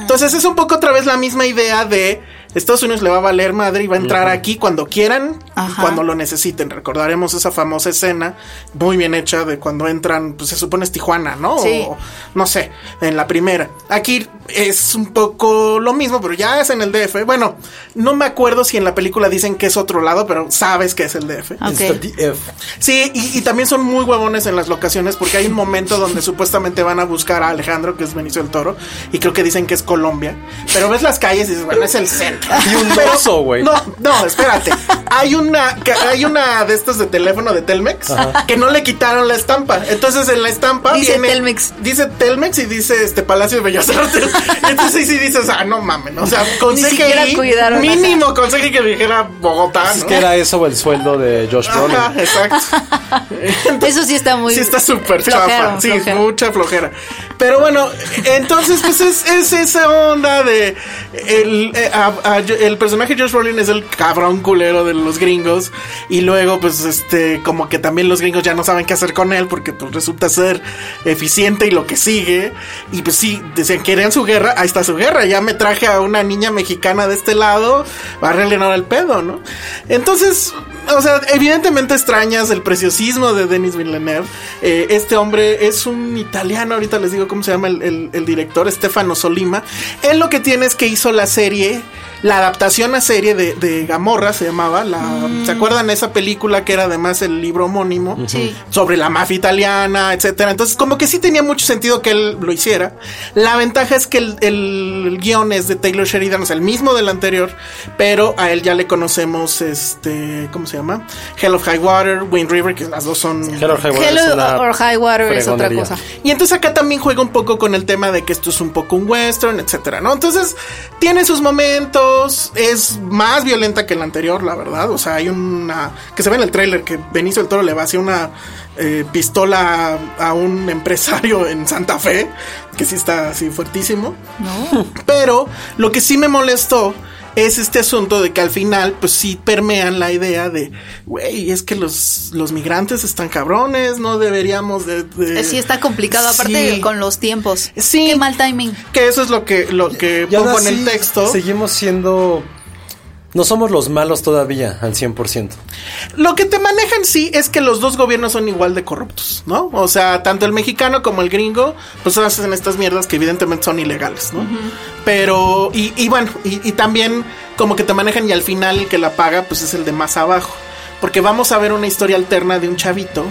D: Entonces es un poco otra vez la misma idea de Estados Unidos le va a valer madre y va a entrar aquí cuando quieran, y
C: Ajá.
D: cuando lo necesiten. Recordaremos esa famosa escena muy bien hecha de cuando entran, pues se supone es Tijuana, ¿no?
C: Sí.
D: O, no sé, en la primera. Aquí es un poco lo mismo, pero ya es en el DF. Bueno, no me acuerdo si en la película dicen que es otro lado, pero sabes que es el DF.
C: Ok.
B: It's the DF.
D: Sí, y, y también son muy huevones en las locaciones porque hay un momento donde supuestamente van a buscar a Alejandro, que es Benicio del Toro, y creo que dicen que es Colombia. Pero ves las calles y dices, bueno, es el centro.
B: Y un
D: Pero-
B: oso, güey.
D: No, no, espérate. Hay una, que- hay una de estas de teléfono de Telmex que no le quitaron la estampa. Entonces en la estampa
C: Dice
D: viene-
C: Telmex.
D: Dice Telmex y dice este Palacio de Bellas Artes. Entonces ahí sí dices, ah, no mames. O sea,
C: siquiera
D: conseje
C: cuidaron acá.
D: mínimo conseje que dijera Bogotá.
B: Ah, Es
D: ¿no?
B: que era eso o el sueldo de Josh
D: Ajá,
B: Brolin.
D: exacto.
C: Eso sí está muy.
D: Sí, está súper
C: flojero,
D: chafa. Sí,
C: flojero.
D: mucha flojera. Pero bueno, entonces, pues es, es esa onda de. El, eh, a- a- el personaje Josh Brolin es el cabrón culero de los gringos. Y luego, pues, este, como que también los gringos ya no saben qué hacer con él porque pues, resulta ser eficiente y lo que sigue. Y pues sí, decían, querían su guerra. Ahí está su guerra. Ya me traje a una niña mexicana de este lado. Barrelen ahora el pedo, ¿no? Entonces, o sea, evidentemente extrañas el preciosismo de Denis Villeneuve. Eh, este hombre es un italiano, ahorita les digo cómo se llama el, el- el director, Stefano Solima. Él lo que tiene es que hizo la serie, la adaptación a serie de, de Gamorra se llamaba. La, ¿Se acuerdan esa película que era además el libro homónimo?
C: Sí.
D: sobre la mafia italiana, etcétera. Entonces, como que sí tenía mucho sentido que él lo hiciera. La ventaja es que el, el- el guión es de Taylor Sheridan, es el mismo del anterior, pero a él ya le conocemos este, ¿cómo se llama? Hell of High Water, Wind River, que las dos son
B: Hello, High Water es
C: Hello
B: una
C: or High Water es otra
B: fregonería.
C: cosa.
D: y entonces acá también juega un poco con el tema de que esto es un poco un western, etcétera, ¿no? Entonces, tiene sus momentos, es más violenta que la anterior, la verdad. O sea, hay una. que se ve en el tráiler que Benicio del Toro le va hacia una eh, pistola a un empresario en Santa Fe, que sí está así fuertísimo. Pero lo que sí me molestó es este asunto de que al final, pues sí permean la idea de, güey, es que los, los migrantes están cabrones, no deberíamos de... de-
C: Eh, Sí, está complicado, aparte
D: Sí.
C: con los tiempos.
D: Sí.
C: Qué mal timing.
D: Que eso es lo que, lo que
B: Y aún
D: pongo en
B: así,
D: el texto.
B: Seguimos siendo. No somos los malos todavía al 100%.
D: Lo que te manejan sí es que los dos gobiernos son igual de corruptos, ¿no? O sea, tanto el mexicano como el gringo, pues hacen estas mierdas que evidentemente son ilegales, ¿no? Pero, y, y bueno, y, y también como que te manejan y al final el que la paga, pues es el de más abajo. Porque vamos a ver una historia alterna de un chavito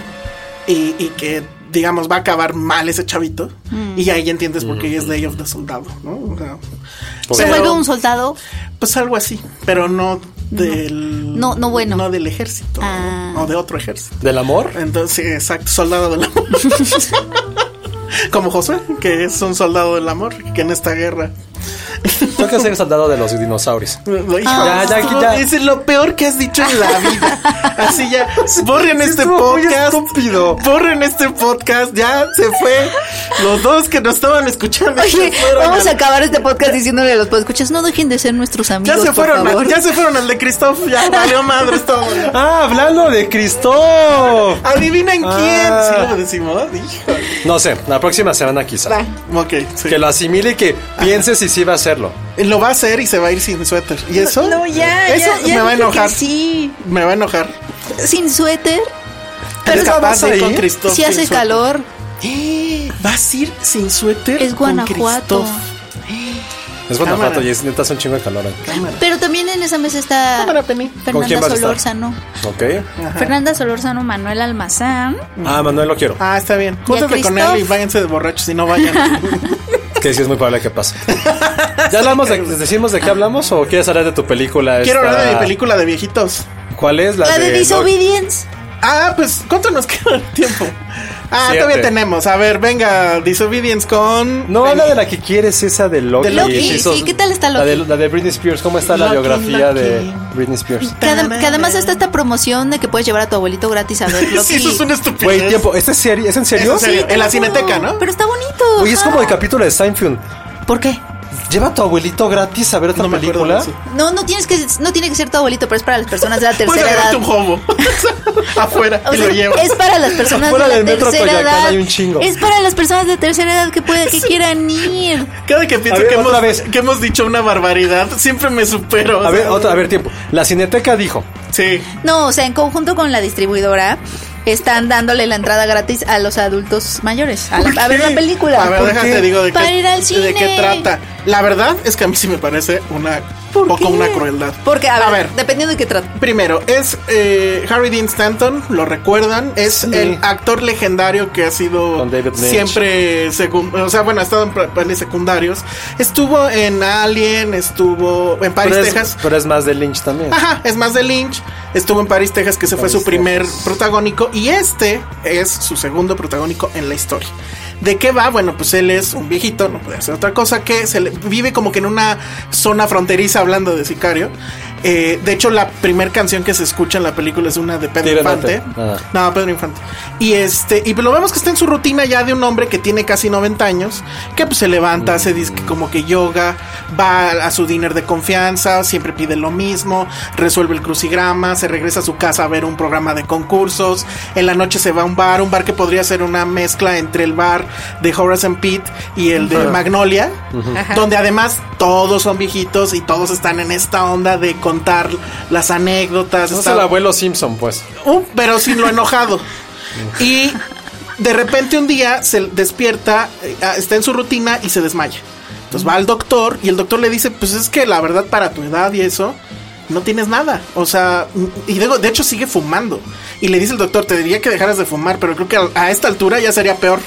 D: y, y que digamos va a acabar mal ese chavito
C: Mm.
D: y ahí ya entiendes por qué es Day of the Soldado, ¿no? O sea,
C: Se
D: pero-
C: vuelve un soldado.
D: Pues algo así, pero no del.
C: No, no bueno.
D: No del ejército.
C: Ah.
D: O de otro ejército.
B: ¿Del amor?
D: Entonces, sí, exacto, soldado del amor. Como Josué, que es un soldado del amor, que en esta guerra
B: Tengo que ser el soldado de los dinosaurios.
D: Hijo,
C: Ah,
B: Ya, ya,
D: esto
B: ya.
D: Es lo peor que has dicho en la vida. Así ya, borren
B: Sí,
D: este
B: estuvo muy
D: podcast.
B: estúpido.
D: Borren este podcast. Ya se fue. Los dos que nos estaban escuchando. ya
C: Oye,
D: fueron
C: vamos a
D: al-
C: acabar este podcast diciéndole a los podescuchas, no dejen de ser nuestros amigos,
D: Ya se fueron,
C: por favor.
D: al, ya se fueron al de Christoph. Ya valió madre todo.
B: Ah, hablando de Cristo.
D: Adivinen quién.
B: Ah.
D: Sí lo decimos. Hijo.
B: No sé, la próxima semana quizá.
C: Va.
D: Ok, sí.
B: Que lo asimile y que piense si sí va a hacerlo.
D: Lo va a hacer y se va a ir sin suéter. ¿Y eso?
C: No, ya,
D: Eso
C: ya, ya
D: me va a
C: dije que
D: enojar.
C: Sí,
D: Me va a enojar.
C: sin suéter,
D: ¿Eres
B: capaz
D: capaz de
B: de
D: ir con
B: ir?
D: Christoph
C: si
D: sin
C: hace
D: suéter?
C: calor.
D: ¿Vas a ir sin suéter?
C: Es
D: con
C: Guanajuato.
D: Christoph?
B: Es Guanajuato
D: Cámara.
B: y es neta hace un chingo de calor ahí.
C: Pero también en esa mesa está
D: Cámara, Penny.
B: ¿Con
C: Fernanda
B: quién vas a estar?
C: Solórzano.
B: Ok.
C: Fernanda Solórzano, Manuel Almazán.
B: Ah, Manuel lo quiero.
D: Ah, está bien. Júntate con
C: Christoph?
D: él y váyanse de borrachos y no vayan.
B: Que sí es muy probable que pase. ¿Ya hablamos de, decimos de qué hablamos o quieres hablar de tu película?
D: Quiero
B: esta-
D: hablar de mi película de viejitos.
B: ¿Cuál es?
C: La de Disobedience.
D: Ah, pues, ¿cuánto nos queda de tiempo? Ah,
B: Siete.
D: todavía tenemos. A ver, venga, Disobedience con.
B: No, habla de la que quieres, esa de Loki.
D: De Loki,
B: Hechizos-
C: sí, ¿qué tal está
B: La de,
C: Loki?
B: la de Britney Spears, ¿cómo está la
D: Loki,
B: biografía
D: Loki.
B: de Britney Spears?
C: Que, adem- que además está esta promoción de que puedes llevar a tu abuelito gratis a verlo.
D: Sí, eso es una estupidez.
B: Güey, tiempo, ¿esta es serie? ¿Es en serio?
D: Es en serio. En la Cineteca, ¿no?
C: Pero está bonito.
B: Oye, es como el capítulo de Seinfeld.
C: ajá. ¿Por qué?
B: ¿Lleva a tu abuelito gratis a ver otra
D: No me acuerdo de
B: película?
D: eso.
C: No, no tienes que, no tiene que ser tu abuelito, pero es para las personas de la
D: Puedes
C: tercera edad.
D: agarrarte un hobo afuera
C: O
D: y
C: sea,
D: lo llevas.
C: es para las personas
B: Afuera
C: de la
B: del metro
C: tercera
B: Coyoacán
C: edad.
B: hay un chingo.
C: Es para las personas de tercera edad que puede, que quieran ir.
D: Cada que pienso
B: A ver,
D: que,
B: otra
D: hemos,
B: vez.
D: que hemos dicho una barbaridad, siempre me supero. o
B: A ver,
D: sea,
B: otra, a ver, tiempo. La Cineteca dijo,
D: Sí.
C: No, o sea, en conjunto con la distribuidora están dándole la entrada gratis a los adultos mayores a, la- a ver la película.
D: A ver,
C: ¿Por
D: déjate
C: qué?
D: digo de
C: Para
D: qué,
C: ir al cine.
D: de qué trata. La verdad es que a mí sí me parece una
C: ¿Por
D: poco
C: qué?
D: una crueldad.
C: Porque a ver, dependiendo de qué trata.
D: Primero, es eh, Harry Dean Stanton, lo recuerdan, es
B: Sí.
D: el actor legendario que ha sido
B: Con David Lynch.
D: siempre, secu- o sea, bueno, ha estado en pa- papeles secundarios. Estuvo en Alien, estuvo en París,
B: pero es,
D: Texas.
B: pero es más de Lynch también.
D: Ajá, es más de Lynch. Estuvo en París, Texas, que se fue
B: París,
D: su primer
B: Texas.
D: protagónico. Y este es su segundo protagónico en la historia. ¿De qué va? Bueno, pues él es un viejito, no puede hacer otra cosa que se le- vive como que en una zona fronteriza hablando de sicario. Eh, de hecho, la primera canción que se escucha en la película es una de Pedro
B: Tírate.
D: Infante.
B: Ah.
D: No, Pedro Infante. Y este, y lo vemos que está en su rutina ya de un hombre que tiene casi 90 años, que pues se levanta, hace disque como que yoga, va a su dinner de confianza, siempre pide lo mismo, resuelve el crucigrama, se regresa a su casa a ver un programa de concursos, en la noche se va a un bar, un bar que podría ser una mezcla entre el bar de Horace and Pete y el de Magnolia, donde además todos son viejitos y todos están en esta onda de contar las anécdotas.
B: No es
D: está-
B: el abuelo Simpson, pues.
D: un- pero sin lo enojado. y de repente un día se despierta, eh, ah, está en su rutina y se desmaya. Entonces va al doctor y el doctor le dice, pues es que la verdad para tu edad y eso, no tienes nada. O sea, mm, y de, de hecho sigue fumando. Y le dice el doctor, te diría que dejaras de fumar, pero creo que a- a esta altura ya sería peor.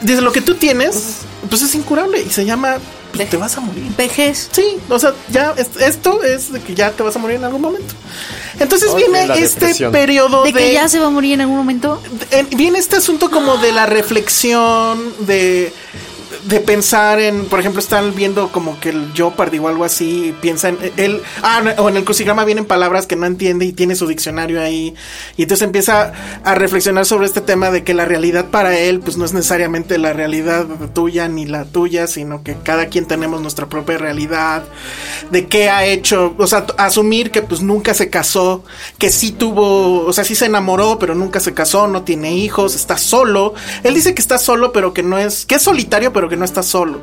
D: Dice, lo que tú tienes, pues es incurable y se llama, pues, te vas a morir.
C: Vejez.
D: Sí, o sea, ya es- esto es de que ya te vas a morir en algún momento. Entonces
B: Oye,
D: viene
B: la
D: este
B: depresión.
D: periodo de,
C: De que ya se va a morir en algún momento.
D: en- viene este asunto como de la reflexión, de, de pensar en, por ejemplo, están viendo como que el Jeopardy o algo así, y piensan, él, ah, no, o en el crucigrama vienen palabras que no entiende y tiene su diccionario ahí, y entonces empieza a reflexionar sobre este tema de que la realidad para él, pues no es necesariamente la realidad tuya ni la tuya, sino que cada quien tenemos nuestra propia realidad, de qué ha hecho, o sea, t- asumir que pues nunca se casó, que sí tuvo, o sea, sí se enamoró, pero nunca se casó, no tiene hijos, está solo. Él dice que está solo, pero que no es, que es solitario, pero que no está solo.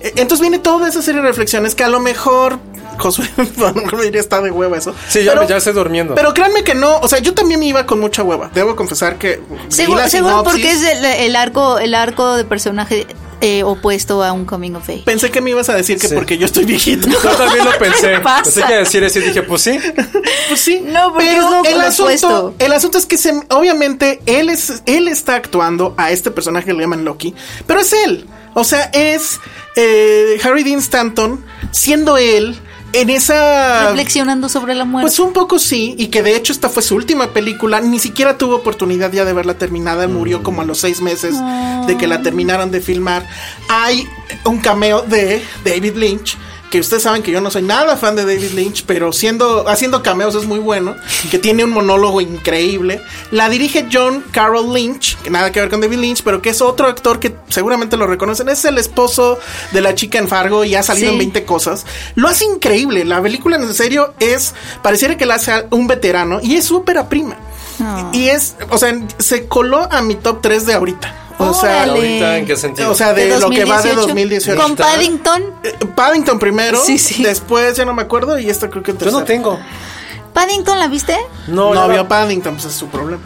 D: E- Entonces viene toda esa serie de reflexiones que a lo mejor Josué, a lo mejor me diría está de hueva eso.
B: Sí, ya,
D: Pero-
B: me- ya estoy durmiendo.
D: Pero créanme que no, o sea, yo también me iba con mucha hueva. Debo confesar que vi
C: Seguro,
D: la
C: seguro
D: sinopsis,
C: porque es el, el arco el arco de personaje eh, opuesto a un coming of age.
D: pensé que me ibas a decir que
B: Sí.
D: porque yo estoy viejito.
B: Yo también lo pensé.
C: ¿Qué pasa?
B: Pensé que decir eso y dije, pues sí.
D: Pues sí.
C: No, porque es lo-
D: el
C: lo
D: asunto,
C: opuesto.
D: el asunto es que se, obviamente él es él está actuando a este personaje que le llaman Loki, pero es él. O sea, es eh, Harry Dean Stanton siendo él en esa...
C: Reflexionando sobre la muerte.
D: Pues un poco sí, y que de hecho esta fue su última película, ni siquiera tuvo oportunidad ya de verla terminada, murió como a los seis meses de que la terminaron de filmar. Hay un cameo de David Lynch, que ustedes saben que yo no soy nada fan de David Lynch, pero siendo, haciendo cameos es muy bueno, que tiene un monólogo increíble. La dirige John Carroll Lynch, que nada que ver con David Lynch, pero que es otro actor que seguramente lo reconocen, es el esposo de la chica en Fargo y ha salido
C: Sí.
D: en 20 cosas. Lo hace increíble. La película, en serio, es. Pareciera que la hace un veterano y es ópera prima.
C: Ah.
D: Y es. O sea, se coló a mi top 3 de ahorita. O sea,
C: Órale.
B: ¿Ahorita en qué sentido?
D: o sea, de, lo que va de 2018.
C: Con Paddington.
D: Eh, Paddington primero,
C: Sí, sí.
D: después ya no me acuerdo y esta creo que en
B: yo no
D: tercera.
B: tengo.
C: ¿Paddington la viste?
D: No,
B: yo
D: vio Paddington, pues es su problema.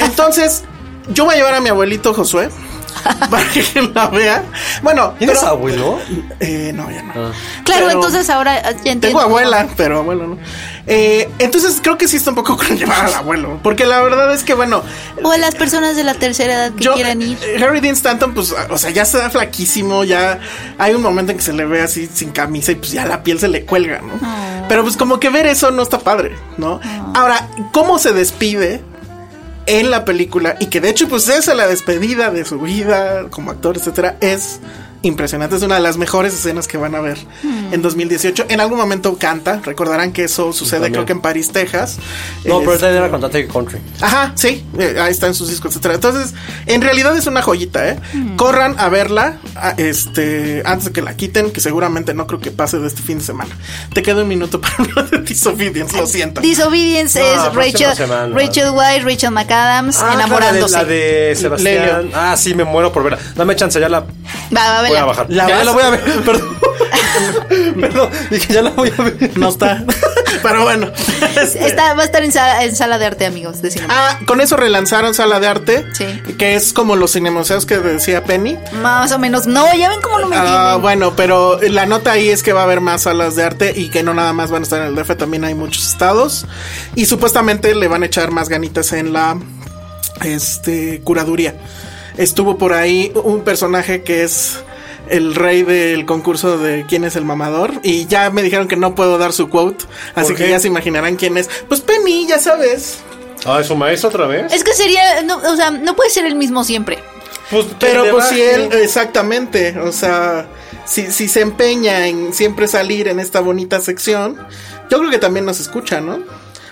D: Entonces, yo voy a llevar a mi abuelito Josué para que la vea. Bueno,
B: ¿Tienes
D: pero-
B: abuelo? Ah.
D: Eh, no, ya no.
C: Claro,
D: Pero-
C: entonces ahora ah, ya entiendo.
D: Tengo abuela, pero abuelo no. Eh, entonces creo que sí está un poco con llevar al abuelo, porque la verdad es que bueno,
C: O a las personas de la tercera edad que quieran ir.
D: eh, Harry Dean Stanton, pues, o sea, ya se da flaquísimo, ya hay un momento en que se le ve así sin camisa y pues ya la piel se le cuelga, ¿no?
C: Ah.
D: Pero pues como que ver eso no está padre, ¿no? Ahora, ¿cómo se despide? En la película, y que de hecho, pues esa la despedida de su vida como actor, etcétera, es impresionante. Es una de las mejores escenas que van a ver
C: Hmm.
D: en 2018. En algún momento canta, recordarán que eso sucede,
B: También.
D: creo que en París, Texas.
B: No, pero
D: Este,
B: esta era cantante de country.
D: Ajá, sí, eh, ahí están sus discos, etcétera. Entonces, en realidad es una joyita, ¿eh? Corran a verla a- este, antes de que la quiten, que seguramente no creo que pase de este fin de semana. Te queda un minuto para hablar de Disobedience, lo siento.
C: Disobedience
B: No,
C: es
B: próxima
C: Rachel,
B: semana.
C: Rachel White, Rachel McAdams
D: Ah,
C: enamorándose.
B: Ah, La de, Sebastián.
D: Lelio.
B: Ah, sí, me muero por verla. Dame chance, ya la
C: Va, va,
B: voy
C: vela.
B: a bajar.
D: ¿La
B: ya
D: vas?
B: la voy a ver, perdón. perdón, dije, ya la voy a ver.
D: No está. Pero bueno. este,
C: Está- va a estar en sala, en sala de arte, amigos, de cinema.
D: Ah, con eso relanzaron Sala de Arte,
C: Sí.
D: que es como los cinemuseos que decía Penny.
C: Más o menos. No, ya ven cómo no me
D: Ah,
C: entienden.
D: bueno, pero la nota ahí es que va a haber más salas de arte y que no nada más van a estar en el DF, también hay muchos estados. Y supuestamente le van a echar más ganitas en la este, curaduría. Estuvo por ahí un personaje que es el rey del concurso de quién es el mamador y ya me dijeron que no puedo dar su quote, así
B: ¿Por
D: que
B: qué?
D: ya se imaginarán quién es. Pues Penny, ya sabes.
B: Ah, ¿es su maestro otra vez?
C: Es que sería, no, o sea, no puede ser el mismo siempre.
B: Pues, eh,
D: Pero
B: que le
D: pues si
B: baje.
D: él, exactamente, o sea, si, si se empeña en siempre salir en esta bonita sección, yo creo que también nos escucha, ¿no?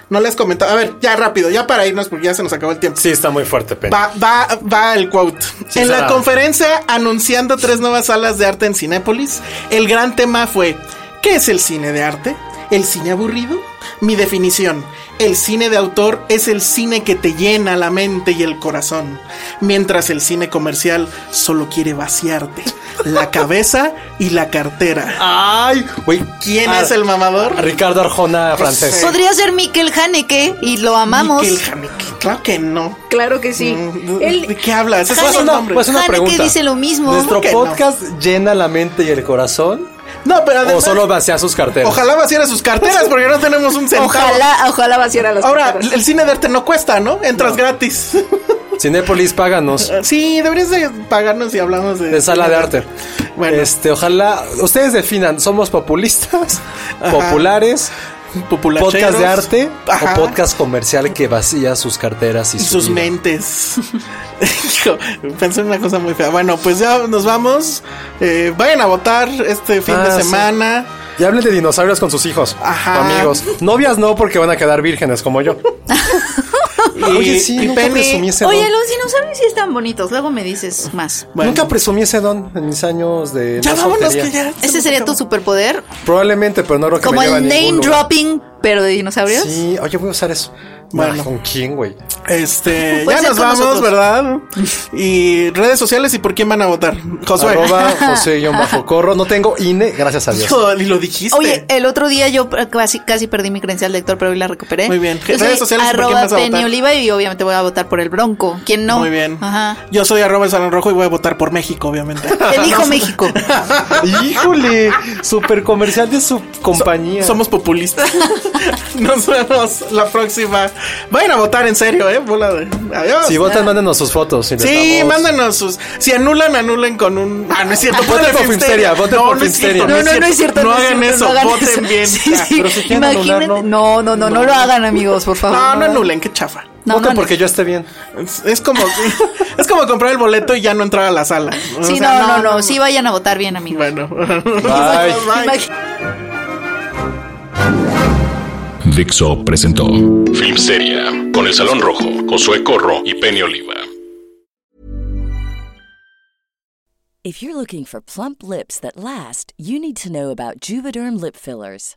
D: No le has comentado. A ver, ya rápido, ya para irnos porque ya se nos acabó el tiempo.
B: Sí, está muy fuerte, Penny.
D: Va, va, va el quote.
B: Sí,
D: en la
B: Sara.
D: conferencia anunciando tres nuevas salas de arte en Cinépolis, el gran tema fue: ¿qué es el cine de arte? ¿El cine aburrido? Mi definición: el cine de autor es el cine que te llena la mente y el corazón, mientras el cine comercial solo quiere vaciarte la cabeza y la cartera.
B: Ay, güey.
D: ¿Quién
B: Ah,
D: es el mamador?
B: Ricardo Arjona francés.
C: Podría ser Miquel Haneke y lo amamos.
D: Miquel Haneke. Claro que no.
C: Claro que sí.
D: Mm,
C: Él-
D: ¿De qué hablas? Esos
C: Haneke-
D: son nombres.
B: pues una
C: Haneke
B: pregunta.
C: dice lo mismo.
B: ¿Nuestro
D: que no?
B: podcast llena la mente y el corazón?
D: No, pero
B: ¿O
D: además-
B: solo vacía sus carteras?
D: Ojalá vaciara sus carteras porque no tenemos un centavo.
C: Ojalá, ojalá vaciara las
D: Ahora,
C: carteras.
D: el cine de arte no cuesta, ¿no? Entras gratis.
B: Cinépolis, páganos.
D: sí, deberías de pagarnos si hablamos de...
B: De sala de arte.
D: Bueno.
B: Este, ojalá. Ustedes definan, ¿somos populistas? ¿Populares?
D: Populacheros.
B: ¿Podcast de arte?
D: Ajá.
B: ¿O podcast comercial que vacía sus carteras y,
D: Y
B: su
D: sus
B: vida?
D: mentes. Hijo, pensé en una cosa muy fea. Bueno, pues ya nos vamos. Eh, vayan a votar este fin
B: Ah,
D: de
B: sí.
D: semana.
B: Y hablen de dinosaurios con sus hijos.
D: Ajá.
B: o amigos. Novias no, porque van a quedar vírgenes como yo.
D: Y,
B: Oye, sí,
D: y
B: nunca presumí ese don.
C: Oye, los dinosaurios sí están bonitos. Luego me dices más.
D: Bueno.
B: Nunca presumí ese don en mis años de.
D: Ya
B: no
D: vámonos
B: soltería.
D: que ya. se
C: Ese
D: nos
C: sería
D: acabó.
C: tu superpoder.
B: Probablemente, pero no creo que
C: Como
B: me lleve a
C: el name
B: ningún lugar.
C: dropping, pero de dinosaurios.
B: Sí, oye, voy a usar eso.
D: Bueno.
B: Ah, ¿Con quién, güey?
D: Este,
C: Puede
D: ya
C: ser
D: nos
C: con
D: vamos,
C: nosotros.
D: ¿verdad? Y redes sociales y por quién van a votar. Josué.
B: Arroba José-Corro. No tengo INE, gracias a Dios.
D: Hijo, ni lo dijiste.
C: Oye, el otro día yo eh, casi, casi perdí mi credencial de lector, pero hoy la recuperé.
D: Muy bien.
C: Yo soy
D: Redes sociales, ¿por quién
C: arroba
D: vas a votar?
C: Penny Oliva y obviamente voy a votar por el Bronco. ¿Quién no?
D: Muy bien.
C: Ajá.
D: Yo soy arroba el salón rojo y voy a votar por México, obviamente.
C: Elijo México.
B: Híjole, super comercial de su compañía.
D: Somos populistas. Nos vemos la próxima Vayan a votar en serio, ¿eh? Bola de... Adiós.
B: Si votan, mándenos sus fotos. y les
D: Sí,
B: damos-
D: mándanos sus. Si anulan, anulen con un. Ah, no es cierto.
B: Voten
D: pónganle
B: por Filmsteria, voten
D: no,
B: por
D: no es
B: Filmsteria.
D: cierto,
C: No, no, no es cierto.
D: No
C: es
D: hagan
C: cierto,
D: eso,
C: no hagan
D: voten
C: eso.
D: bien.
C: Sí,
D: Ah,
C: sí.
B: pero si quieren
C: Imagínate-
B: anularlo.
C: No, no, no, no lo hagan, amigos, por favor.
D: No, no anulen, qué chafa.
C: No,
B: Voten
C: no,
B: porque
C: no.
B: yo esté bien.
D: Es, es como es como comprar el boleto y ya no entrar a la sala. O
C: Sí,
D: sea,
C: no, no, no, sí vayan a votar bien, amigos.
D: Bueno.
B: Bye.
C: Imag-
A: Dixo presentó Filmsteria con el Salón Rojo, Josué Corro y Penny Oliva.
E: If you're looking for plump lips that last, you need to know about Juvederm lip fillers.